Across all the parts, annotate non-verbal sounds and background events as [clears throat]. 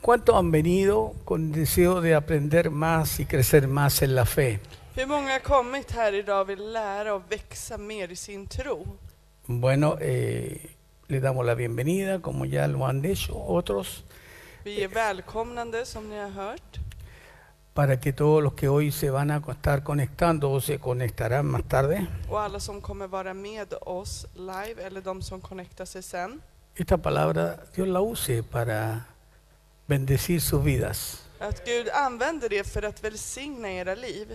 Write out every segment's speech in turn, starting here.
¿Cuántos han venido con deseo de aprender más y crecer más en la fe? Hur många har kommit här idag och vill lära och växa mer i sin tro? Bueno, eh, le damos la bienvenida, como ya lo han hecho otros, Vi är välkomnande som ni har hört. para que todos los que hoy se van a estar conectando o se conectarán más tarde, Och alla som kommer vara med oss live eller de som connectar sig sen. esta palabra Dios la use para bendecir sus vidas. Att Gud använder det för att välsigna era liv.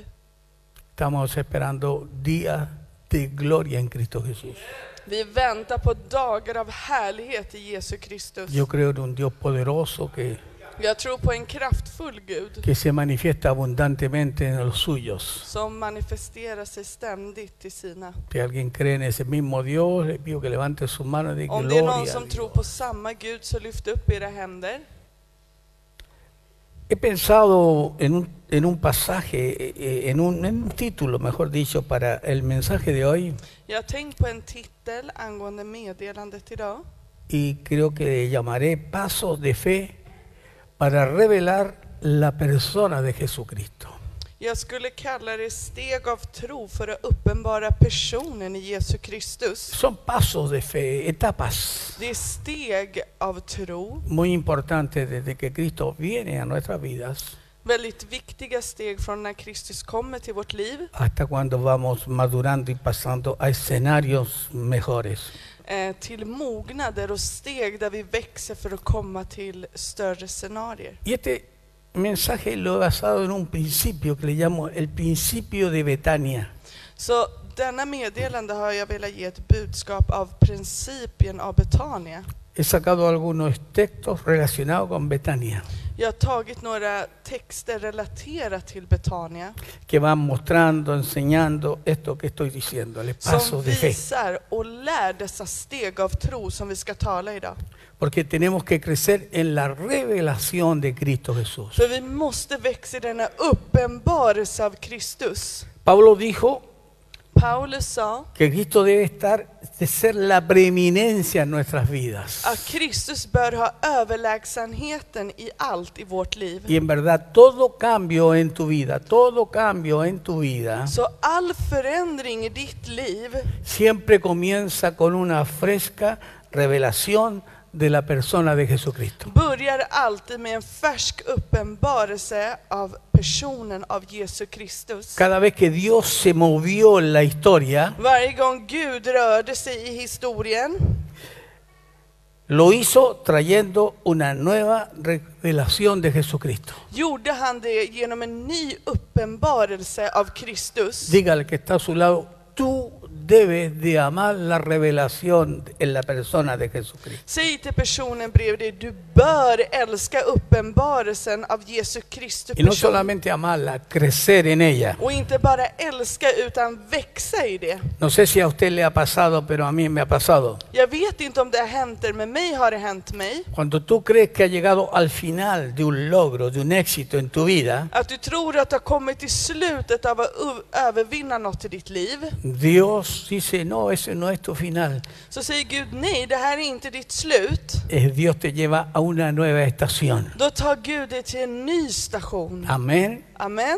Estamos esperando días de gloria en Cristo Jesús. Vi väntar på dagar av härlighet i Jesu Kristus. Yo creo en un Dios poderoso que, Jag tror på en kraftfull Gud que se manifiesta abundantemente en los suyos. som manifesterar sig ständigt i sina. Si alguien cree en ese mismo Dios, le pido que levante su mano y diga Om det är gloria. a någon som Dios". tror på samma Gud så lyft upp era händer. He pensado en un, en un pasaje, eh, eh, en un, en un título, mejor dicho, para el mensaje de hoy Jag har tänkt på en titel angående meddelandet idag. y creo que le llamaré Pasos de Fe para revelar la persona de Jesucristo. Jag skulle kalla det steg av tro för att uppenbara personen i Jesu Kristus. Son pasos de fe, etapas Det är steg av tro, muy importantes desde que Cristo viene a nuestras vidas väldigt viktiga steg från när Kristus kommer till vårt liv hasta cuando vamos madurando y pasando a escenarios mejores. eh, till mognader och steg där vi växer för att komma till större scenarier. Y este mensaje lo he basado en un principio que le llamo el principio de Betania. Så denna meddelande har jag velat ge ett budskap av principen av Betania. He sacado algunos textos relacionados con Betania Jag har tagit några texter relaterat till Betania que van mostrando, enseñando esto que estoy diciendo, el paso som de fe. visar och lär dessa steg av tro som vi ska tala idag. Porque tenemos que crecer en la revelación de Cristo Jesús. För vi måste växa i denna uppenbarelse av Kristus. Pablo dijo Paulus sa que Cristo debe estar, de ser la preeminencia en nuestras vidas. att Kristus bör ha överlägsenheten i allt i vårt liv. Y en verdad, todo cambio en tu vida, todo cambio en tu vida, Så all förändring i ditt liv siempre comienza con una fresca revelación de la persona de Jesucristo. börjar alltid med en färsk uppenbarelse av personen av Jesu Kristus. Cada vez que Dios se movió en la historia, Varje gång Gud rörde sig i historien lo hizo trayendo una nueva revelación de Jesucristo. gjorde han det genom en ny uppenbarelse av Kristus. Diga al que está a su lado, tú debes de amar la revelación en la persona de Jesucristo. Säg till personen bredvid dig, du bör älska uppenbarelsen av Jesu Kristus Y no person. solamente amarla, crecer en ella. Och inte bara älska utan växa i det. No sé si a usted le ha pasado, pero a mí me ha pasado. Jag vet inte om det har hänt dig, men mig har det hänt mig. Cuando tú crees que ha llegado al final de un logro, de un éxito en tu vida, Att du tror att du har kommit till slutet av att ö- övervinna något i ditt liv. Dios dice, no, ese no es tu final. Så säger Gud, nej det här är inte ditt slut. Eh, Dios te lleva a una nueva estación. Då tar Gud dig till en ny station. Amén. Amen.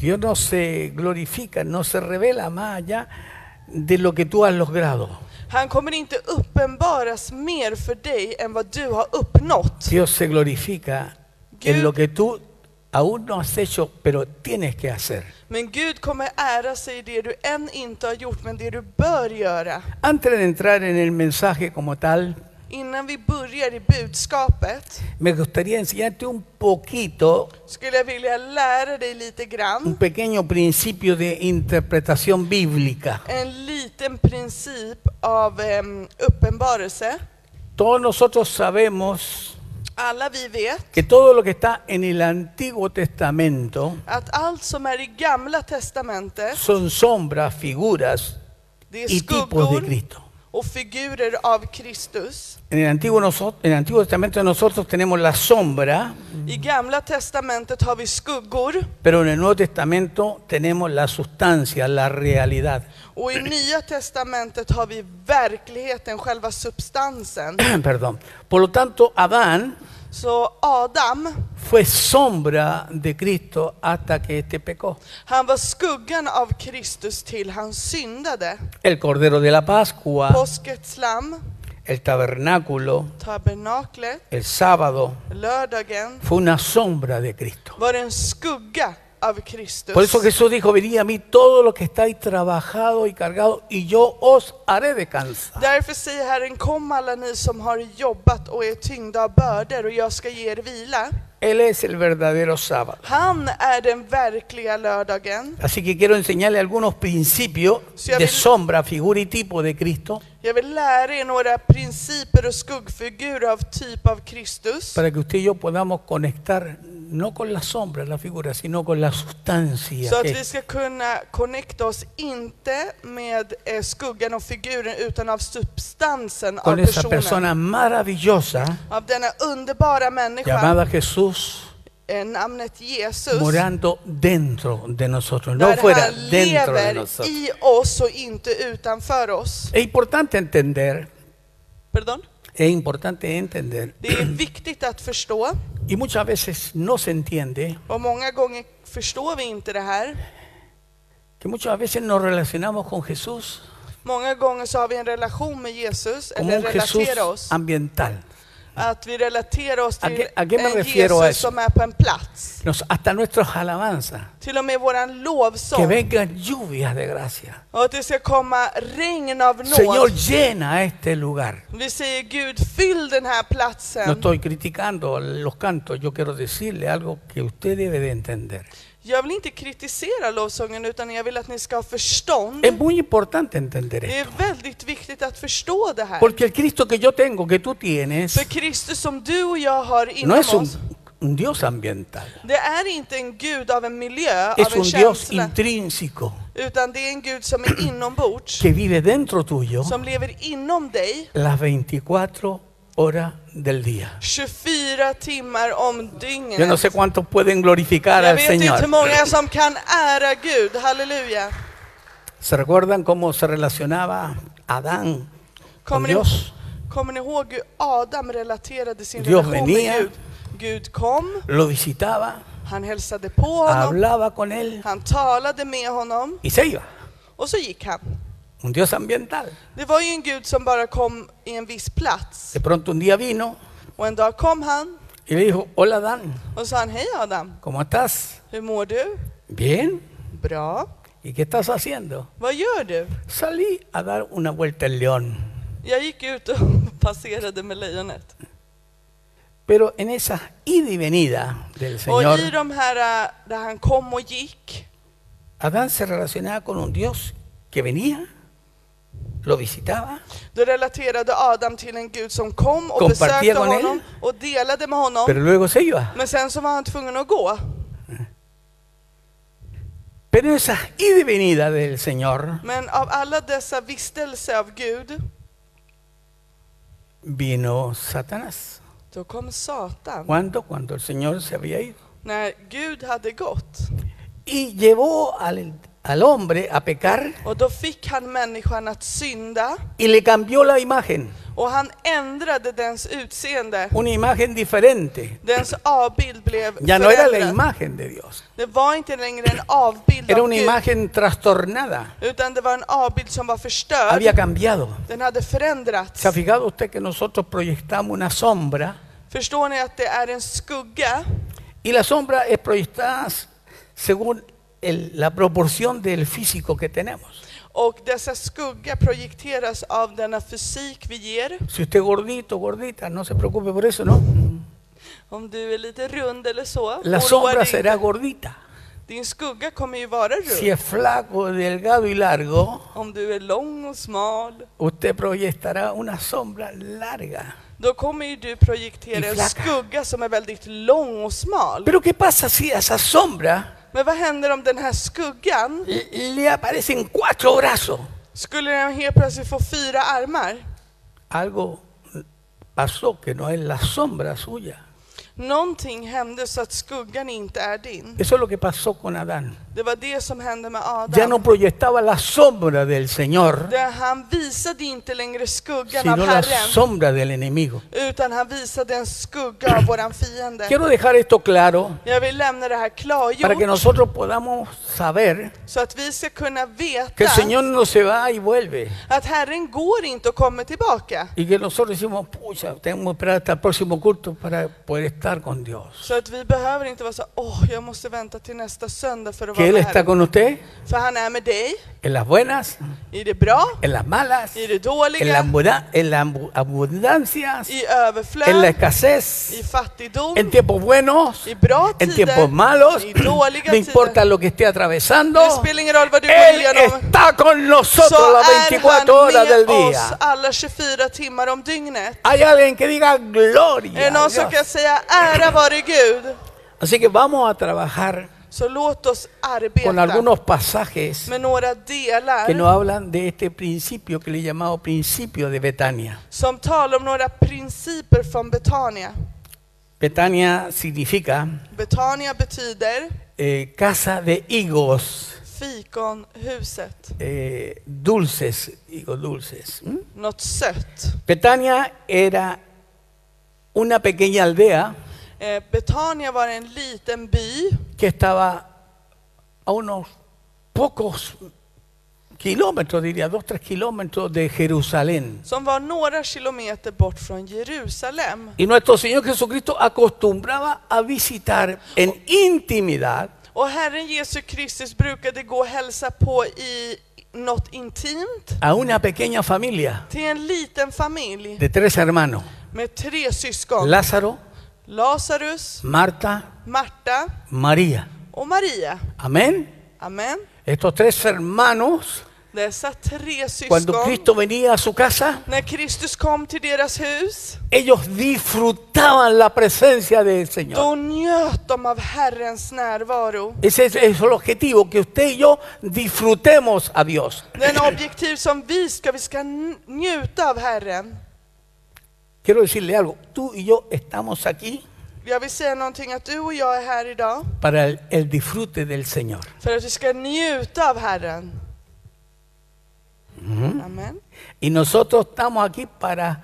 Dios no se glorifica, no se revela más allá de lo que tú has logrado. Han kommer inte uppenbaras mer för dig än vad du har uppnått. Dios se glorifica en lo que tú aún no has hecho, pero tienes que hacer. Men Gud kommer ära sig i det du än inte har gjort, men det du bör göra. Antes de entrar en el mensaje como tal, Innan vi börjar i budskapet me gustaría enseñarte un poquito, skulle jag vilja lära dig lite un grann. pequeño principio de interpretación bíblica. En liten princip av em, uppenbarelse. Todos nosotros sabemos Alla vi vet que todo lo que está en el Antiguo Testamento att allt som är i Gamla Testamentet, son sombras, figuras det är y tipos de skuggor Cristo. och figurer av Kristus. En el Antiguo, noso- en el Antiguo Testamento nosotros tenemos la sombra, I Gamla Testamentet har vi skuggor pero en el Nuevo Testamento tenemos la sustancia, la realidad. [clears throat] och i Nya Testamentet har vi verkligheten, själva substansen. Perdón. Por lo tanto, Adán Så Adam, fue sombra de Cristo hasta que éste pecó. han var skuggan av Kristus till han syndade. El Cordero de la Pascua, Påskets lamm, el tabernáculo, tabernaklet, el sábado, lördagen fue una sombra de Cristo. var en skugga av Kristus. Por eso Jesús dijo, venid a mí todo lo que estáis trabajado y cargado y yo os haré descansar. Därför säger Herren, kom alla ni som har jobbat och är tyngda av bördor och jag ska ge er vila. Él es el verdadero sábado. Han är den verkliga lördagen. Así que quiero enseñarle algunos principios Sí, a de mí- sombra, figura y tipo de Cristo Jag vill lära er några principer och skuggfigurer av typ av Kristus. para que usted y yo podamos conectar no con la sombra, la figura, sino con la sustancia. Så att que vi ska kunna connecta oss, inte med eh, skuggan och figuren, utan av substansen av con esa personen. persona maravillosa Av denna underbara människa, llamada Jesús eh, namnet Jesus, morando dentro de nosotros, no där fuera, han dentro de lever nosotros. i oss och inte utanför oss. Es importante entender, Pardon? es importante entender, Det är viktigt att förstå, y muchas veces no se entiende, och många gånger förstår vi inte det här. que muchas veces nos relacionamos con Jesús Många gånger så har vi en relation med Jesus, como eller un Jesús relaterar oss. ambiental. Att vi relaterar oss ¿A till qué- a qué me en refiero a Jesus eso? som är på en plats. Nos- hasta nuestras alabanzas, Till och med våran que lovsång. vengan lluvias de gracia. Och att det ska komma regn av nåd. Señor, llena este lugar. Vi säger Gud, fyll den här No platsen. estoy criticando los cantos, yo quiero decirle algo que usted debe de entender. Jag vill inte kritisera lovsången utan jag vill att ni ska ha förstånd. Es muy importante entender Det esto. är väldigt viktigt att förstå det här. Porque el Cristo que yo tengo, que tú tienes, För Kristus som du och jag har no inom es un, oss, un Dios ambiental, det är inte en Gud av en miljö, av es en un Dios känsla. intrínseco Utan det är en Gud som är [clears throat] inombords, que vive dentro tuyo som lever inom dig. las 24 horas del día. 24 timmar om dygnet. Yo no sé cuántos pueden glorificar jag al vet inte hur Señor. många som kan ära Gud, halleluja. ¿Se recuerdan cómo se relacionaba Adán con Kommer ni, Dios? kommer ni ihåg hur Adam relaterade sin Dios relation venía. med Gud? Gud kom, Lo visitaba, han hälsade på honom, hablaba con él han talade med honom y se iba. och så gick han. Un Dios ambiental. Det var ju en Gud som bara kom i en viss plats. De pronto un día vino Och en dag kom han y le dijo, hola Adán, och sa han, hej Adam, ¿cómo estás? hur mår du? Bien. Bra. ¿Y qué estás haciendo? Vad gör du? Salí a dar una vuelta al león. Jag gick ut och [laughs] passerade med lejonet. Pero en esa ida y venida del Och i Señor, de här äh, där han kom och gick, Adán se relacionaba con un Dios que venía, lo visitaba, då relaterade Adam till en gud som kom och Compartía besökte con él. honom och delade med honom. pero luego se iba. Men sen så var han tvungen att gå. Pero en esa ida y venida del Señor Men av alla dessa vistelser av Gud, vino Satanás. då kom Satan. ¿Cuándo? Cuando el Señor se había ido. När Gud hade gått. Y llevó al, al hombre a pecar Och då fick han människan att synda y le cambió la imagen, och han ändrade dens utseende. una imagen diferente. Dens avbild blev Ya no era la förändrad. imagen de Dios, Det var inte längre en avbild era av una Gud, imagen trastornada. utan det var en avbild som var había förstörd. cambiado. Den hade förändrats. ¿Se ha fijado usted que nosotros proyectamos una sombra Förstår ni att det är en skugga? y la sombra es proyectada s- según el- la proporción del físico que tenemos? Och dessa skugga projekteras av denna fysik vi ger. Si usted es gordito, gordita, no se preocupe por eso, ¿no? Om du är lite rund eller så, La oroa sombra dig será inte. gordita. Din skugga kommer ju vara rund. Si es flaco, delgado y largo, Om du är lång och smal, usted proyectará una sombra larga. då kommer ju du Din projektera en flacka. skugga som är väldigt lång och smal. Pero ¿qué pasa si a esa sombra Men vad händer om den här skuggan, le le aparecen cuatro brazos? skulle den helt plötsligt få fyra armar? Algo pasó que no es la sombra suya. Någonting hände så att skuggan inte är din. Eso es lo que pasó con Adán. Det var det som hände med Ya Adam. no proyectaba la sombra del Señor, Där han visade inte längre skuggan sino av la Herren, sombra del enemigo. utan han visade en skugga av våran fiende. Quiero dejar esto claro Jag vill lämna det här para que klargjort, nosotros podamos saber så att vi ska kunna que el veta Señor no se va y vuelve. att Herren går inte och kommer tillbaka. Y que nosotros decimos, pucha, tenemos que esperar hasta el próximo culto para poder estar con Dios. Så att vi behöver inte vara så åh, jag måste vänta till nästa söndag för att Que vara Él med está Herren. con usted För han är med dig, en las buenas, i det bra, en las malas, i det en la, dåliga, abunda- en la abu- abundancias, i en la överflöd, escasez, i fattigdom, en tiempos buenos, i bra en tider, tiempos malos, i [clears throat] dåliga no importa tider. lo que esté atravesando, Det spelar ingen roll vad du går Él igenom. está con så nosotros las är 24 horas han del med oss día. alla 24 timmar om dygnet. Hay alguien que diga Är det gloria. a någon som Dios. kan säga ära vare Gud? Así que vamos a trabajar Så låt oss con arbeta algunos pasajes med några que delar nos hablan de este principio que le he llamado principio de Betania. som talar om några principer från Betania. Betania significa Betania betyder eh, casa de higos fikonhuset, eh, dulces, higos dulces. ¿m? något sött. Betania era una pequeña aldea Eh, Betania var en liten by que estaba a unos pocos kilómetros, diría, dos, tres kilómetros de Jerusalén. som var några kilometer bort från Jerusalem. Y nuestro Señor Jesucristo acostumbraba a visitar en intimidad Och Herren Jesus Kristus brukade gå och hälsa på i något intimt a una pequeña familia till en liten familj de tres hermanos, med tre syskon. Lázaro, Lazarus, Marta, Marta María. och Maria. Amén. Amen. Estos tres hermanos, Dessa tre cuando syskon, Cristo venía a su casa, när Kristus kom till deras hus, ellos disfrutaban la presencia del Señor. då njöt de av Herrens närvaro. Ese es, es el objetivo, que usted y yo disfrutemos a Dios. Den objektiv som vi ska, vi ska n- njuta av Herren. Quiero decirle algo, tú y yo estamos aquí Jag vill säga någonting att du och jag är här idag para el- el disfrute del Señor. för att vi ska njuta av Herren. Amen. Y nosotros estamos aquí para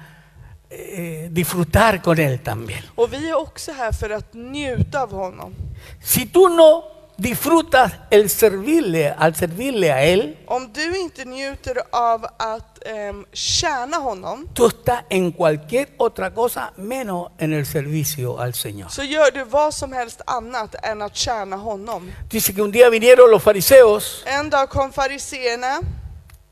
eh, disfrutar con Él también. Och vi är också här för att njuta av honom. Si tú no disfrutas el servirle, al servirle a Él, Om du inte njuter av att um, tjäna honom tú estás en cualquier otra cosa menos en el servicio al Señor. så gör du vad som helst annat än att tjäna honom. Dice que un día vinieron los fariseos En dag kom fariseerna,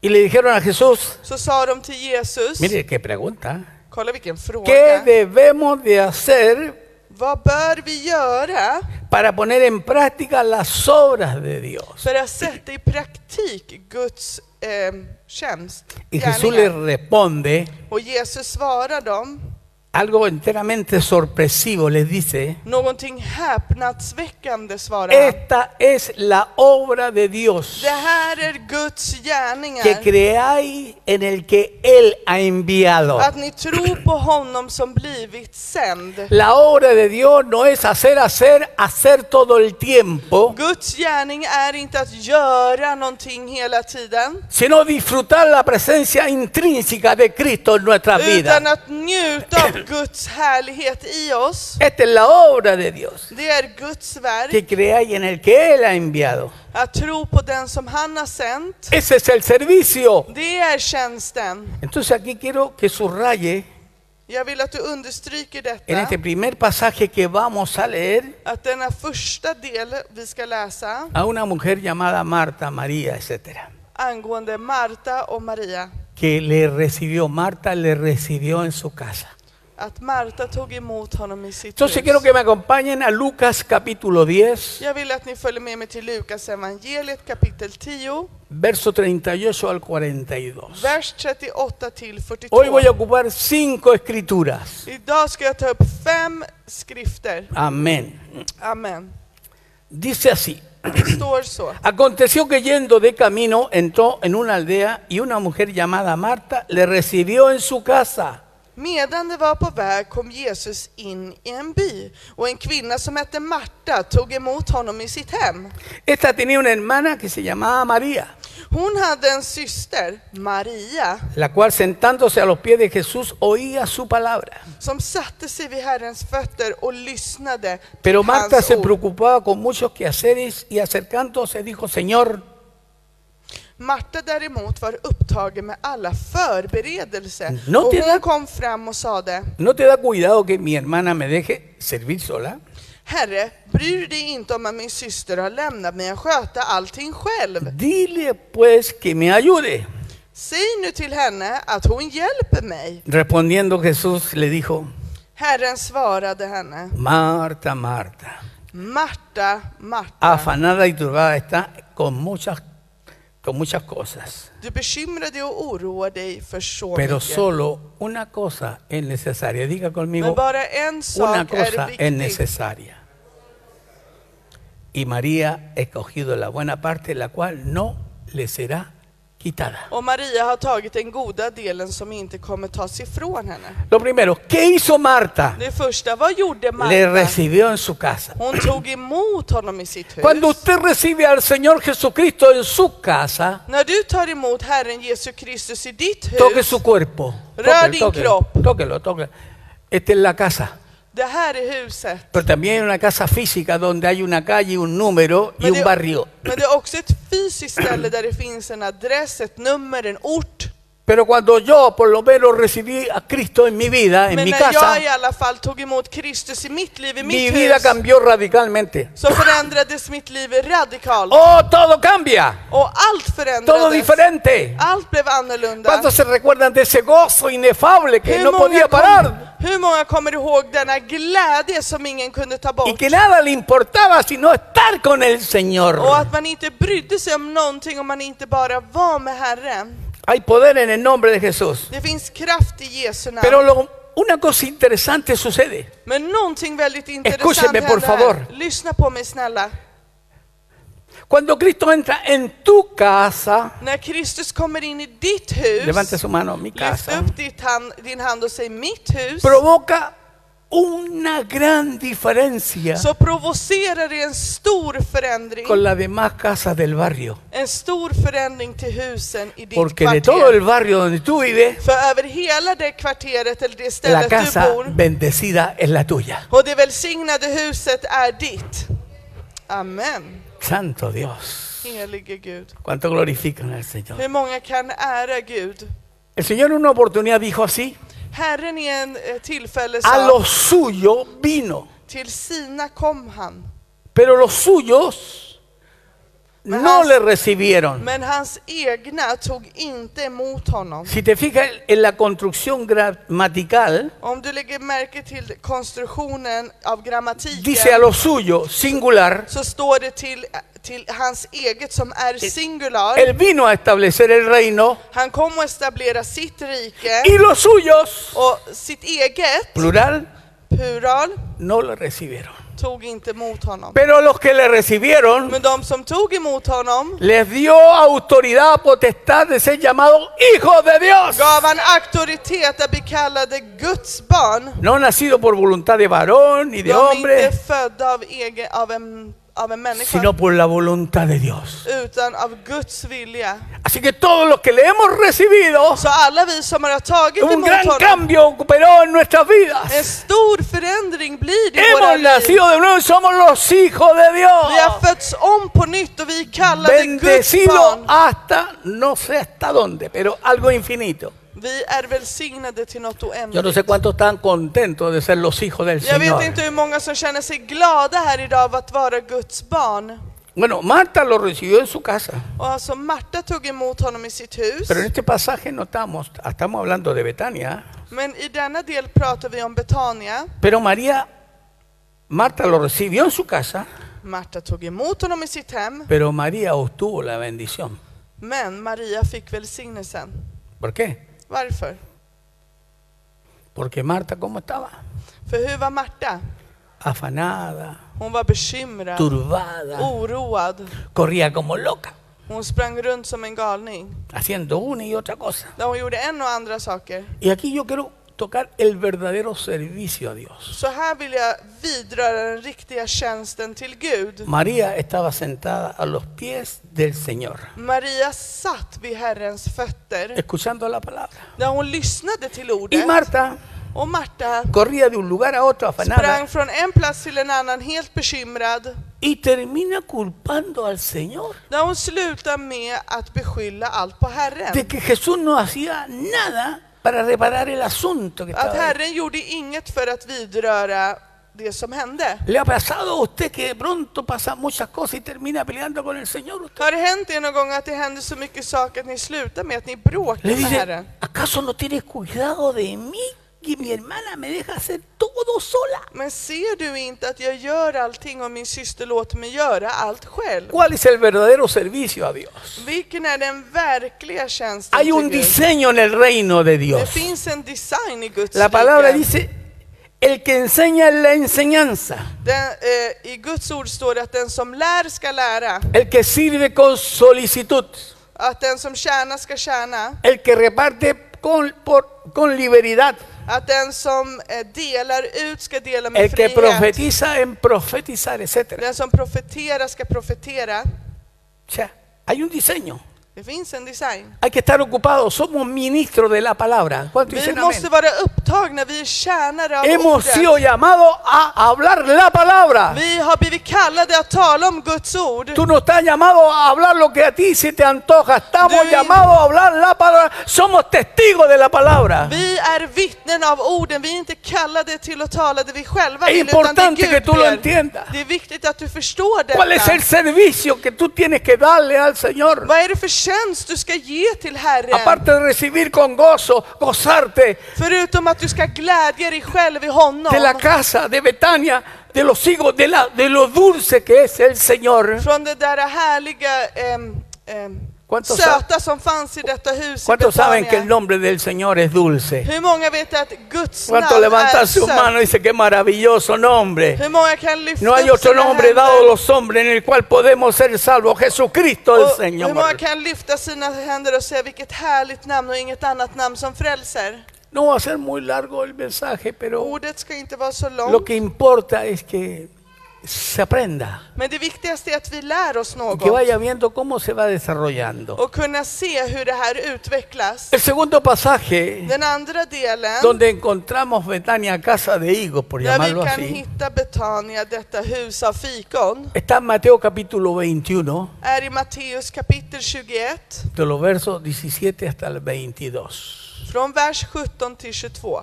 y le dijeron a Jesús, så sa de till Jesus, mire qué pregunta, kolla vilken ¿qué fråga, debemos de hacer vad bör vi göra para poner en práctica las obras de Dios? för att sätta i praktik Guds um, tjänst? Y Jesús les gärningar?" responde Och Jesus svarar dem algo enteramente sorpresivo, les dice, någonting häpnadsväckande, svarar han. Esta es la obra de Dios Det här är Guds que gärningar. creáis en el que Él ha enviado. Att ni tror på honom som blivit sänd. La obra de Dios no es hacer, hacer, hacer todo el tiempo, Guds gärning är inte att göra någonting hela tiden. sino disfrutar la presencia intrínseca de Cristo en nuestras vidas. Utan att njuta av Guds härlighet i oss. Esta es la obra de Dios Det är Guds verk. que creáis en el que Él ha enviado. Att tro på den som han har sänt. Ese es el servicio. Det är tjänsten. Entonces aquí quiero que subraye Jag vill att du understryker en detta. este primer pasaje que vamos a leer Att denna första del vi ska läsa a una mujer llamada Marta, María, etcétera. angående Marta och Maria. que le recibió, Marta le recibió en su casa. Att Marta tog emot honom i sitt hus. Entonces quiero que me acompañen a Lucas capítulo 10, Jag vill att ni följer med mig till Lukas evangeliet kapitel 10, verso 38 al 42. vers 38 till 42. Hoy voy a ocupar cinco escrituras. Idag ska jag ta upp fem skrifter. Amén. Amen. Dice así. Det står så. Aconteció que yendo de camino entró en una aldea y una mujer llamada Marta le recibió en su casa. Medan de var på väg kom Jesus in i en by och en kvinna som hette Marta tog emot honom i sitt hem. Esta tenía una hermana que se llamaba María, Hon hade en syster, Maria, la cual sentándose a los pies de Jesús oía su palabra. som satte sig vid Herrens fötter och lyssnade till Pero Marta hans se ord. preocupaba con muchos quehaceres y acercándose dijo, Señor, Marta däremot var upptagen med alla förberedelser No och te da- hon kom fram och sade ¿no te da cuidado que mi hermana me deje servir sola? Herre, bryr dig inte om att min syster har lämnat mig att sköta allting själv. Dile pues que me ayude. Säg nu till henne att hon hjälper mig. Respondiendo Jesús le dijo, Herren svarade henne, Marta, Marta, Marta, Marta, Ah. afanada y turbada está con muchas, con muchas cosas, du bekymrar dig och oroar dig för så pero mycket. solo una cosa es necesaria. Diga Men conmigo, bara en una sak är cosa es viktig. necesaria. Y María ha escogido la buena parte, la cual no le será quitada. Och Maria har tagit den goda delen som inte kommer tas ifrån henne. Lo primero, ¿qué hizo Marta? Det första, vad gjorde Le Marta? recibió en su casa. Hon tog emot honom i sitt hus. Cuando usted recibe al Señor Jesucristo en su casa, När du tar emot Herren Jesus Kristus i ditt toque hus, su cuerpo. Radin Tóquelo, Klopp. tóquelo, tóquelo. Esta es la casa. det här är huset. Pero también hay una casa física donde hay una calle, un número y Men un det, barrio. men det är också ett fysiskt ställe där det finns en adress, ett nummer, en ort. Pero cuando yo por lo menos recibí a Cristo en mi vida, en Men mi när jag casa, i alla fall tog emot Kristus i mitt liv, i mi mitt vida hus, cambió radicalmente. så förändrades mitt liv radikalt. Oh, todo cambia, Och allt todo förändrades. diferente. Allt blev annorlunda. ¿Cuántos se recuerdan de ese gozo inefable que no podía kom, parar hur många kommer ihåg denna glädje som ingen kunde ta y bort? que nada le importaba sino estar con el Señor? Och att man inte brydde sig om någonting om man inte bara var med Herren. Hay poder en el nombre de Jesús. Det finns kraft i Jesu namn. Pero lo- una cosa interesante sucede. Men någonting väldigt intressant Escúcheme, hände por favor. här. Lyssna på mig snälla. Cuando Cristo entra en tu casa, När Kristus kommer in i ditt hus, levante su mano, mi lyft casa, upp ditt hand, din hand och säg mitt hus, provoca una gran diferencia så provocerar det en stor förändring. con las demás casas del barrio. En stor förändring till husen i ditt Porque de kvarter. todo el barrio donde tú vives, För över hela det kvarteret eller det la stället casa du bor bendecida es la tuya. och det välsignade huset är ditt. Amen. Santo Dios. Helige Gud. Cuánto glorifican al Señor. Hur många kan ära Gud? El Señor en una oportunidad dijo así, Herren i en eh, tillfälle a sa, lo suyo vino, till sina kom han, pero los suyos no le recibieron. men hans egna tog inte emot honom. Si te fijas en la construcción gramatical, Om du lägger märke till konstruktionen av dice a grammatiken lo suyo, singular, så står det till, till hans eget som är singular. él vino a establecer el reino Han kom och etablera sitt rike y los suyos, och sitt eget, plural, plural, no le recibieron. tog inte emot honom. Pero los que le recibieron, Men de som tog emot honom les dio autoridad, potestad de ser llamados hijos de Dios. gav han auktoritet att bli kallade Guds barn No nacido por voluntad de varón ni de De är inte hombre, födda av, egen, av, en, av en människa, sino por la voluntad de Dios. utan av Guds vilja. Así que todos los que le hemos recibido, Så alla vi som har tagit un emot gran honom, cambio operó en nuestras vidas. en stor förändring blir det i våra Hemos liv. nacido de nuevo, somos los hijos de Dios. Vi har fötts om på nytt och vi är kallade Guds Bendecido barn. hasta, no sé hasta dónde, pero algo infinito. Vi är välsignade till något Yo no oändligt. sé cuántos están contentos de ser los hijos del Jag Señor. vet inte hur många som känner sig glada här idag av att vara Guds barn. Bueno, Marta lo recibió en su casa, Och alltså Marta tog emot honom i sitt hus. pero en este pasaje no estamos, estamos hablando de Betania. Men i denna del pratar vi om Betania. Pero María, Marta lo recibió en su casa, Marta tog emot honom i sitt hem. pero María obtuvo la bendición. Men Maria fick välsignelsen. ¿Por qué? Varför? Porque Marta, ¿cómo estaba? För hur var Marta? Afanada, Hon var bekymrad, Uh. turbada, oroad. corría como loca, Hon sprang runt som en galning. haciendo una y otra cosa. Där hon gjorde en och andra saker. Y aquí yo quiero tocar el verdadero servicio a Dios. Så här vill jag vidröra den riktiga tjänsten till Gud. María estaba sentada a los pies del Señor, Maria satt vid Herrens fötter escuchando la palabra. när hon lyssnade till Y ordet. Marta Och Marta corría de un lugar a otro afanada sprang från en plats till en annan helt bekymrad. y termina culpando al Señor När hon slutar med att beskylla allt på Herren. de que Jesús no hacía nada para reparar el asunto que Att estaba. ahí. Herren gjorde inget för att vidröra det som hände. ¿Le ha pasado a usted que de pronto pasan muchas cosas y termina peleando con el Señor? Usted Har det hänt er någon gång att det händer så mycket saker att ni slutar med att ni bråkar le med dice, Herren? ¿acaso no tienes cuidado de mí? Que mi hermana me deja hacer todo sola. Men ser du inte att jag gör allting och min syster låter mig göra allt själv? ¿Cuál es el verdadero servicio a Dios? Vilken är den verkliga tjänsten Hay un till Gud? diseño en el reino de Det Dios. finns en design i Guds La palabra rike. dice, el que enseña la enseñanza, Den, eh, I Guds ord står det att den som lär ska lära, el que sirve con solicitud, att den som tjänar ska tjäna, el que reparte con, por- con libertad, att den som eh, delar ut ska dela med el que frihet, profetiza en profetizar, etc. den som profeterar ska profetera. O sea, hay un diseño. Det finns en design. Hay que estar ocupados. Somos ministros de la palabra. ¿Cuánto Vi dicen amén? måste vara upptagna, vi är tjänare av Hemos sido ordet. llamados a hablar la palabra. Vi har blivit kallade att tala om Guds ord. Tú no estás llamado a hablar lo que a ti se te antoja. Estamos Debe- llamados a hablar la palabra. Somos testigos de la palabra. Vi är vittnen av orden, vi är inte kallade till att tala det vi själva Es vill, utan det importante que Gud tú lo ber. entiendas. Det är viktigt att du förstår ¿Cuál es el detta. servicio que tú tienes que darle al Señor? Vad är det för tjänst du ska ge till Herren? Aparte de recibir con gozo, gozarte Förutom att du ska glädja dig själv i honom. de la casa de Betania, de los higos, de, la, de lo dulce que es el Señor. Från det där härliga ehm, ehm, ¿Cuántos söta som fanns i detta hus i ¿Cuántos saben que Betania. el nombre del Señor es dulce? Hur många vet att Guds namn ¿Cuántos är levantan su sött? mano y dicen qué maravilloso nombre? Hur många kan lyfta No hay upp otro sina nombre händer? dado a los hombres en el cual podemos ser salvos. Jesucristo el Och hur många Señor. kan lyfta sina händer och säga vilket härligt namn och inget annat namn som frälser? No va a ser muy largo el mensaje, pero Ordet ska inte vara så lo långt, que importa es que se aprenda, men det viktigaste är att vi lär oss que något vaya viendo cómo se va desarrollando. och kunna se hur det här utvecklas. El segundo pasaje Den andra delen, donde encontramos Betania, casa de higos, por där llamarlo vi kan así, hitta Betania, detta hus av fikon, está en Mateo capítulo 21, är i Matteus kapitel 21, de los versos 17 hasta el 22. från vers 17 till 22.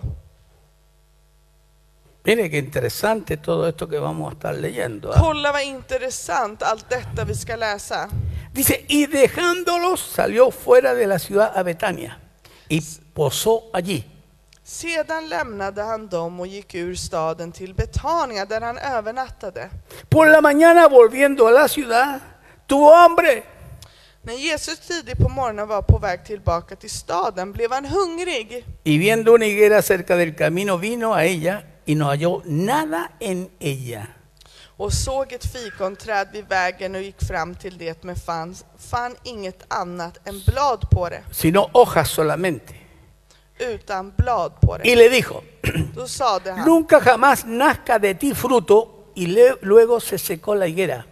Mire qué interesante todo esto que vamos a estar leyendo. ¿ah? Kolla vad intressant allt detta vi ska läsa. Dice, y dejándolos salió fuera de la ciudad a Betania y posó allí. Sedan lämnade han dem och gick ur staden till Betania där han övernattade. Por la mañana volviendo a la ciudad, tuvo hambre När Jesus tidigt på morgonen var på väg tillbaka till staden blev han hungrig. y viendo una higuera cerca del camino vino a ella y no halló nada en ella. och såg ett fikonträd vid vägen och gick fram till det men fann, fann inget annat än blad på det, sino hojas solamente. utan blad på Y det. le dijo, Då sade han, nunca jamás nazca de ti fruto, y le- luego se secó la higuera.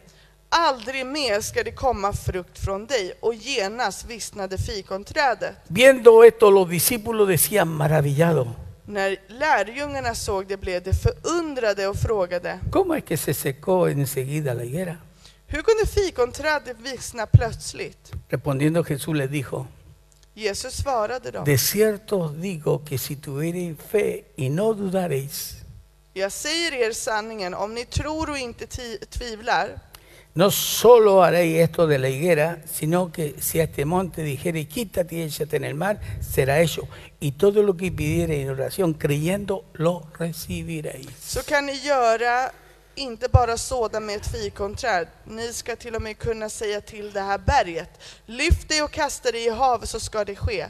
aldrig mer ska det komma frukt från dig, och genast vissnade fikonträdet. Viendo esto, los discípulos decían maravillados, När lärjungarna såg det blev de förundrade och frågade, ¿cómo es que se secó enseguida la higuera? hur kunde fikonträdet vissna plötsligt? Respondiendo Jesús les dijo, Jesus svarade dem, de cierto os digo que si tuviereis fe y no dudaréis, Jag säger er sanningen, om ni tror och inte ti- tvivlar, no solo haréis esto de la higuera, sino que si a este monte dijere, quítate y échate en el mar, será hecho. Y todo lo que pidiereis en oración, creyendo, lo recibiréis. så kan ni göra inte bara sådan med ett fikonträd, ni ska till och med kunna säga till det här berget, lyft dig och kasta dig i havet så ska det ske.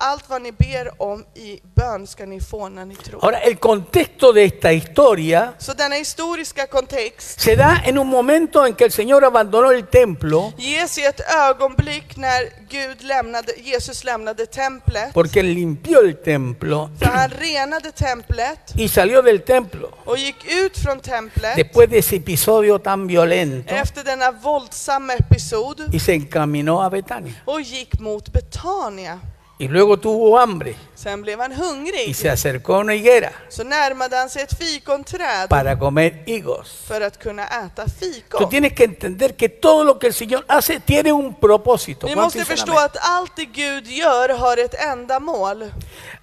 Allt vad ni ber om i bön ska ni få när ni tror. Ahora, el contexto de esta historia Så denna historiska kontext se da en un momento en que el Señor abandonó el templo ges i ett ögonblick när Gud lämnade, Jesus lämnade templet. porque limpió el templo För han renade templet y salió del templo. och gick ut från templet Después de ese episodio tan violento efter denna våldsamma episod y se encaminó a Betania. och gick mot Betania. Y luego tuvo hambre Sen blev han y hungrig. se acercó a una higuera Så närmade han sig ett fikonträd para comer higos. för att kunna äta Tú fikon. tienes que entender que todo lo que el Señor hace tiene un propósito. Ni ¿Cuánto måste dicen förstå amén? att allt det Gud gör har ett ändamål.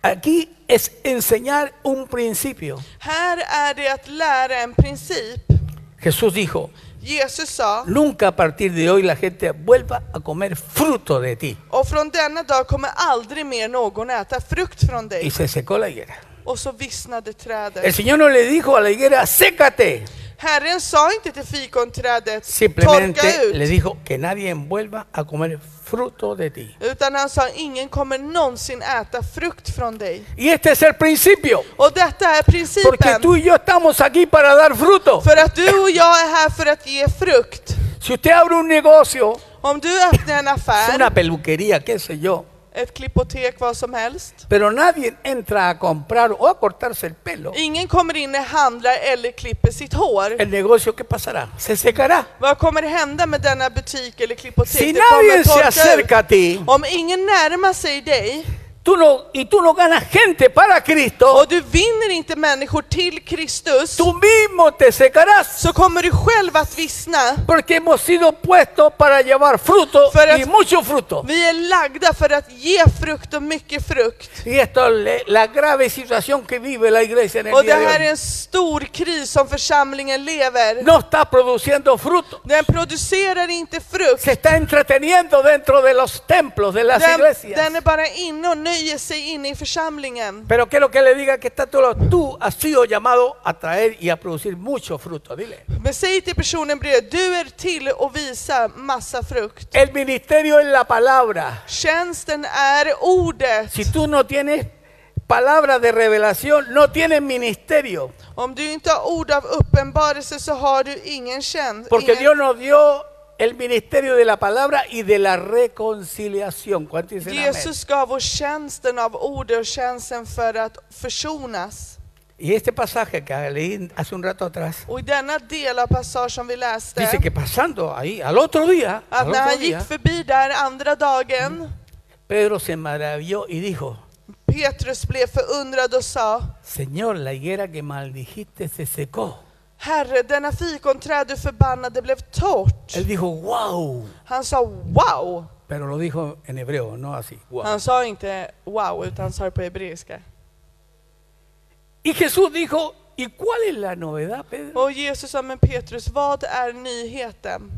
Aquí es enseñar un principio. Här är det att lära en princip. Jesús dijo, Jesus sa, nunca a partir de hoy la gente vuelva a comer fruto de ti. och från denna dag kommer aldrig mer någon äta frukt från Y dig. se secó la higuera. Och så vissnade El trädet. Señor no le dijo a la higuera, sécate. Herren sa inte till fikonträdet, torka Simplemente le ut. dijo que nadie vuelva a comer fruto de ti. Utan han sa, ingen kommer någonsin äta frukt från dig. Y este es el principio. Och detta är Porque principen. tú y yo estamos aquí para dar fruto. För att du och jag är här för att ge frukt. Si usted abre un negocio, Om du öppnar en una affär, peluquería, qué sé yo, ett klippotek, vad som helst. pero nadie entra a comprar o a cortarse el pelo, Ingen kommer in och handlar eller klipper sitt hår. el negocio, ¿qué pasará? Se secará. Vad kommer hända med denna butik eller klippotek? Si Det kommer nadie se torka acerca ut. a ti Om ingen närmar sig dig tú no, y tú no ganas gente para Cristo, och du vinner inte människor till Kristus tú mismo te secarás. så kommer du själv att vissna. Porque hemos sido puestos para llevar fruto Pero- y mucho fruto. Vi är lagda för att ge frukt och mycket frukt. Y esto es le- la grave situación que vive la iglesia en el Och det día de här är hoy. en stor kris som församlingen lever. No está produciendo fruto. Den producerar inte frukt. Se está entreteniendo dentro de los templos, de las Den, iglesias. den är bara inne och nöjer sig inne i församlingen. Pero quiero que le diga que está todo. Tú has sido llamado a traer y a producir mucho fruto. Dile. Men säg till personen bredvid, du är till och visa massa frukt. El ministerio es la palabra. Tjänsten är ordet. Si tú no tienes palabra de revelación, no tienes ministerio. Om du inte har ord av uppenbarelse så har du ingen tjänst. Porque Ingen... Dios nos dio el ministerio de la palabra y de la reconciliación. ¿Cuántos dicen amén? Jesus gav oss tjänsten av ordet och tjänsten för att försonas. Y este pasaje que leí hace un rato atrás Och i denna del av passage som vi dice läste, que pasando ahí al otro día, att al när otro han gick día, förbi där andra dagen, Pedro se maravilló y dijo: Petrus blev förundrad och sa, Señor, la higuera que maldijiste se secó. Herre, denna fikonträd du förbannade blev torrt. Él dijo: Wow. Han sa wow. Pero lo dijo en hebreo, no así. Ah, "Wow". Han sa inte wow, utan han sa det på hebreiska. Y Jesús dijo: ¿Y cuál es la novedad, Pedro? Och Jesus sa, men Petrus, vad är nyheten?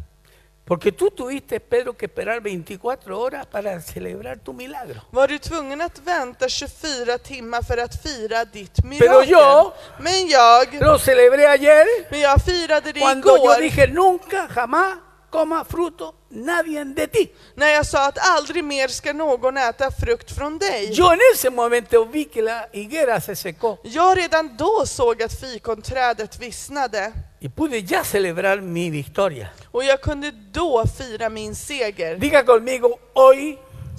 Porque tú tuviste, Pedro, que esperar 24 horas para celebrar tu milagro. Var du tvungen att vänta 24 timmar för att fira ditt Pero mirakel? yo- Men jag, Lo celebré ayer men jag firade det cuando yo igår dije: Nunca, jamás coma fruto nadie de ti. när jag sa att aldrig mer ska någon äta frukt från dig. Yo en ese momento vi que la higuera se secó Jag redan då såg att fikonträdet vissnade y pude ya celebrar mi victoria. och jag kunde då fira min seger. Diga conmigo, hoy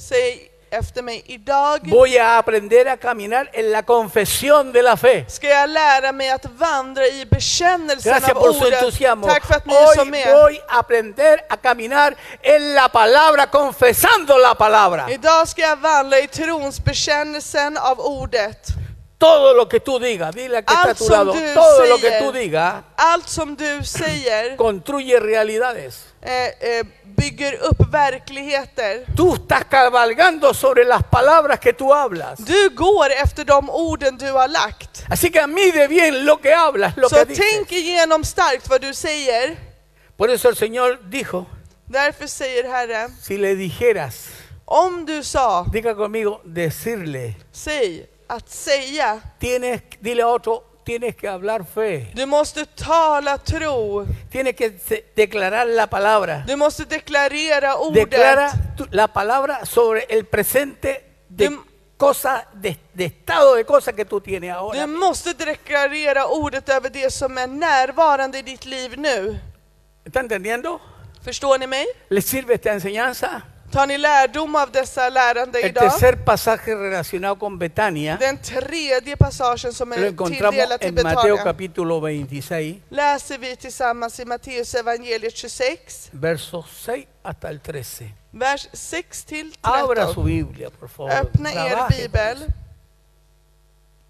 Säg efter mig, idag voy a aprender a caminar en la confesión de la fe. ska jag lära mig att vandra i bekännelsen Gracias av por su ordet. entusiasmo. Tack för att ni är så Hoy med. voy a aprender a caminar en la palabra, confesando la palabra. Idag ska jag vandra i trons bekännelsen av ordet. Todo lo que tú digas, dile a que está a tu Alzo lado, de todo lo que Señor. tú digas Allt som du säger construye realidades. eh, eh, bygger upp verkligheter. Tú estás cabalgando sobre las palabras que tú hablas. Du går efter de orden du har lagt. Así que mide bien lo que hablas, lo Så que dices. tänk igenom starkt vad du säger. Por eso el Señor dijo, Därför säger Herren, si le dijeras, om du sa, diga conmigo, decirle, säg, att säga. tienes, dile a otro, tienes que hablar fe, Du måste tala tro. tienes que se- declarar la palabra. Du måste deklarera ordet. Declara tu- la palabra sobre el presente de Du, cosas, de, de estado de cosas que tú tienes ahora. Du måste deklarera ordet över det som är närvarande i ditt liv nu. ¿Está entendiendo? Förstår ni mig? ¿Les sirve esta enseñanza? Tar ni lärdom av dessa lärande El idag? tercer pasaje relacionado con Betania Den tredje passagen som lo är encontramos tilldelad till en Mateo Betania capítulo 26, läser vi tillsammans i Matteus evangeliet 26, versos 6 hasta el 13. vers 6 till Abra su 13. Biblia, por favor. Öppna er Trabaje con eso. bibel,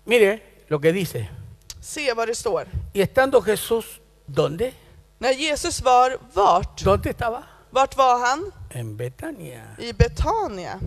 Mire lo que dice. se vad det står. Y estando Jesús, ¿dónde? När Jesus var vart? ¿Dónde estaba? Vart var han? En Betania. I Betania.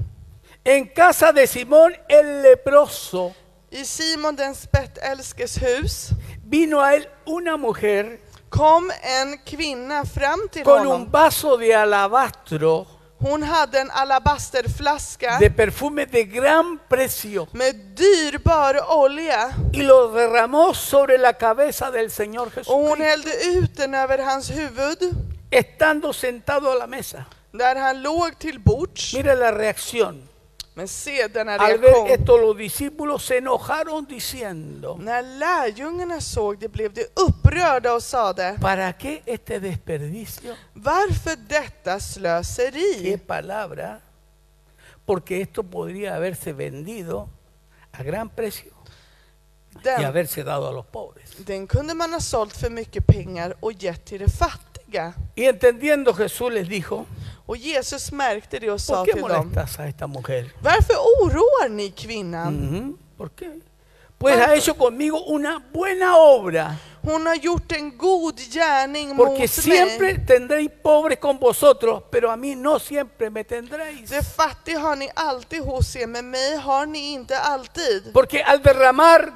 En casa de Simón el leproso I Simon den spettälskes hus vino a él una mujer kom en kvinna fram till con un honom. vaso de alabastro Hon hade en alabasterflaska de perfume de gran precio med dyrbar olja y lo derramó sobre la cabeza del Señor och hon Jesús, hällde ut den över hans huvud estando sentado a la mesa. där han låg till bords. Mira la reacción. Men se denna Al ver reaktion. esto los discípulos se enojaron diciendo, När lärjungarna såg det blev de upprörda och sade ¿para qué este desperdicio? Varför detta ¿Qué slöseri? palabra? Porque esto podría haberse vendido a gran precio y Den, haberse dado a los pobres. den kunde man ha sålt för mycket pengar och gett till de fattiga. Y entendiendo Jesús les dijo, Och Jesus märkte det och sa ¿por qué till dem molestas a esta mujer? Varför oroar ni kvinnan? Ujú, ¿Por qué? Pues ha hecho conmigo una buena obra, Hon har gjort en god gärning porque mot siempre mig. tendréis pobres con vosotros, pero a mí no siempre me tendréis. Det fattiga har ni alltid hos er, men mig har ni inte alltid. Porque al derramar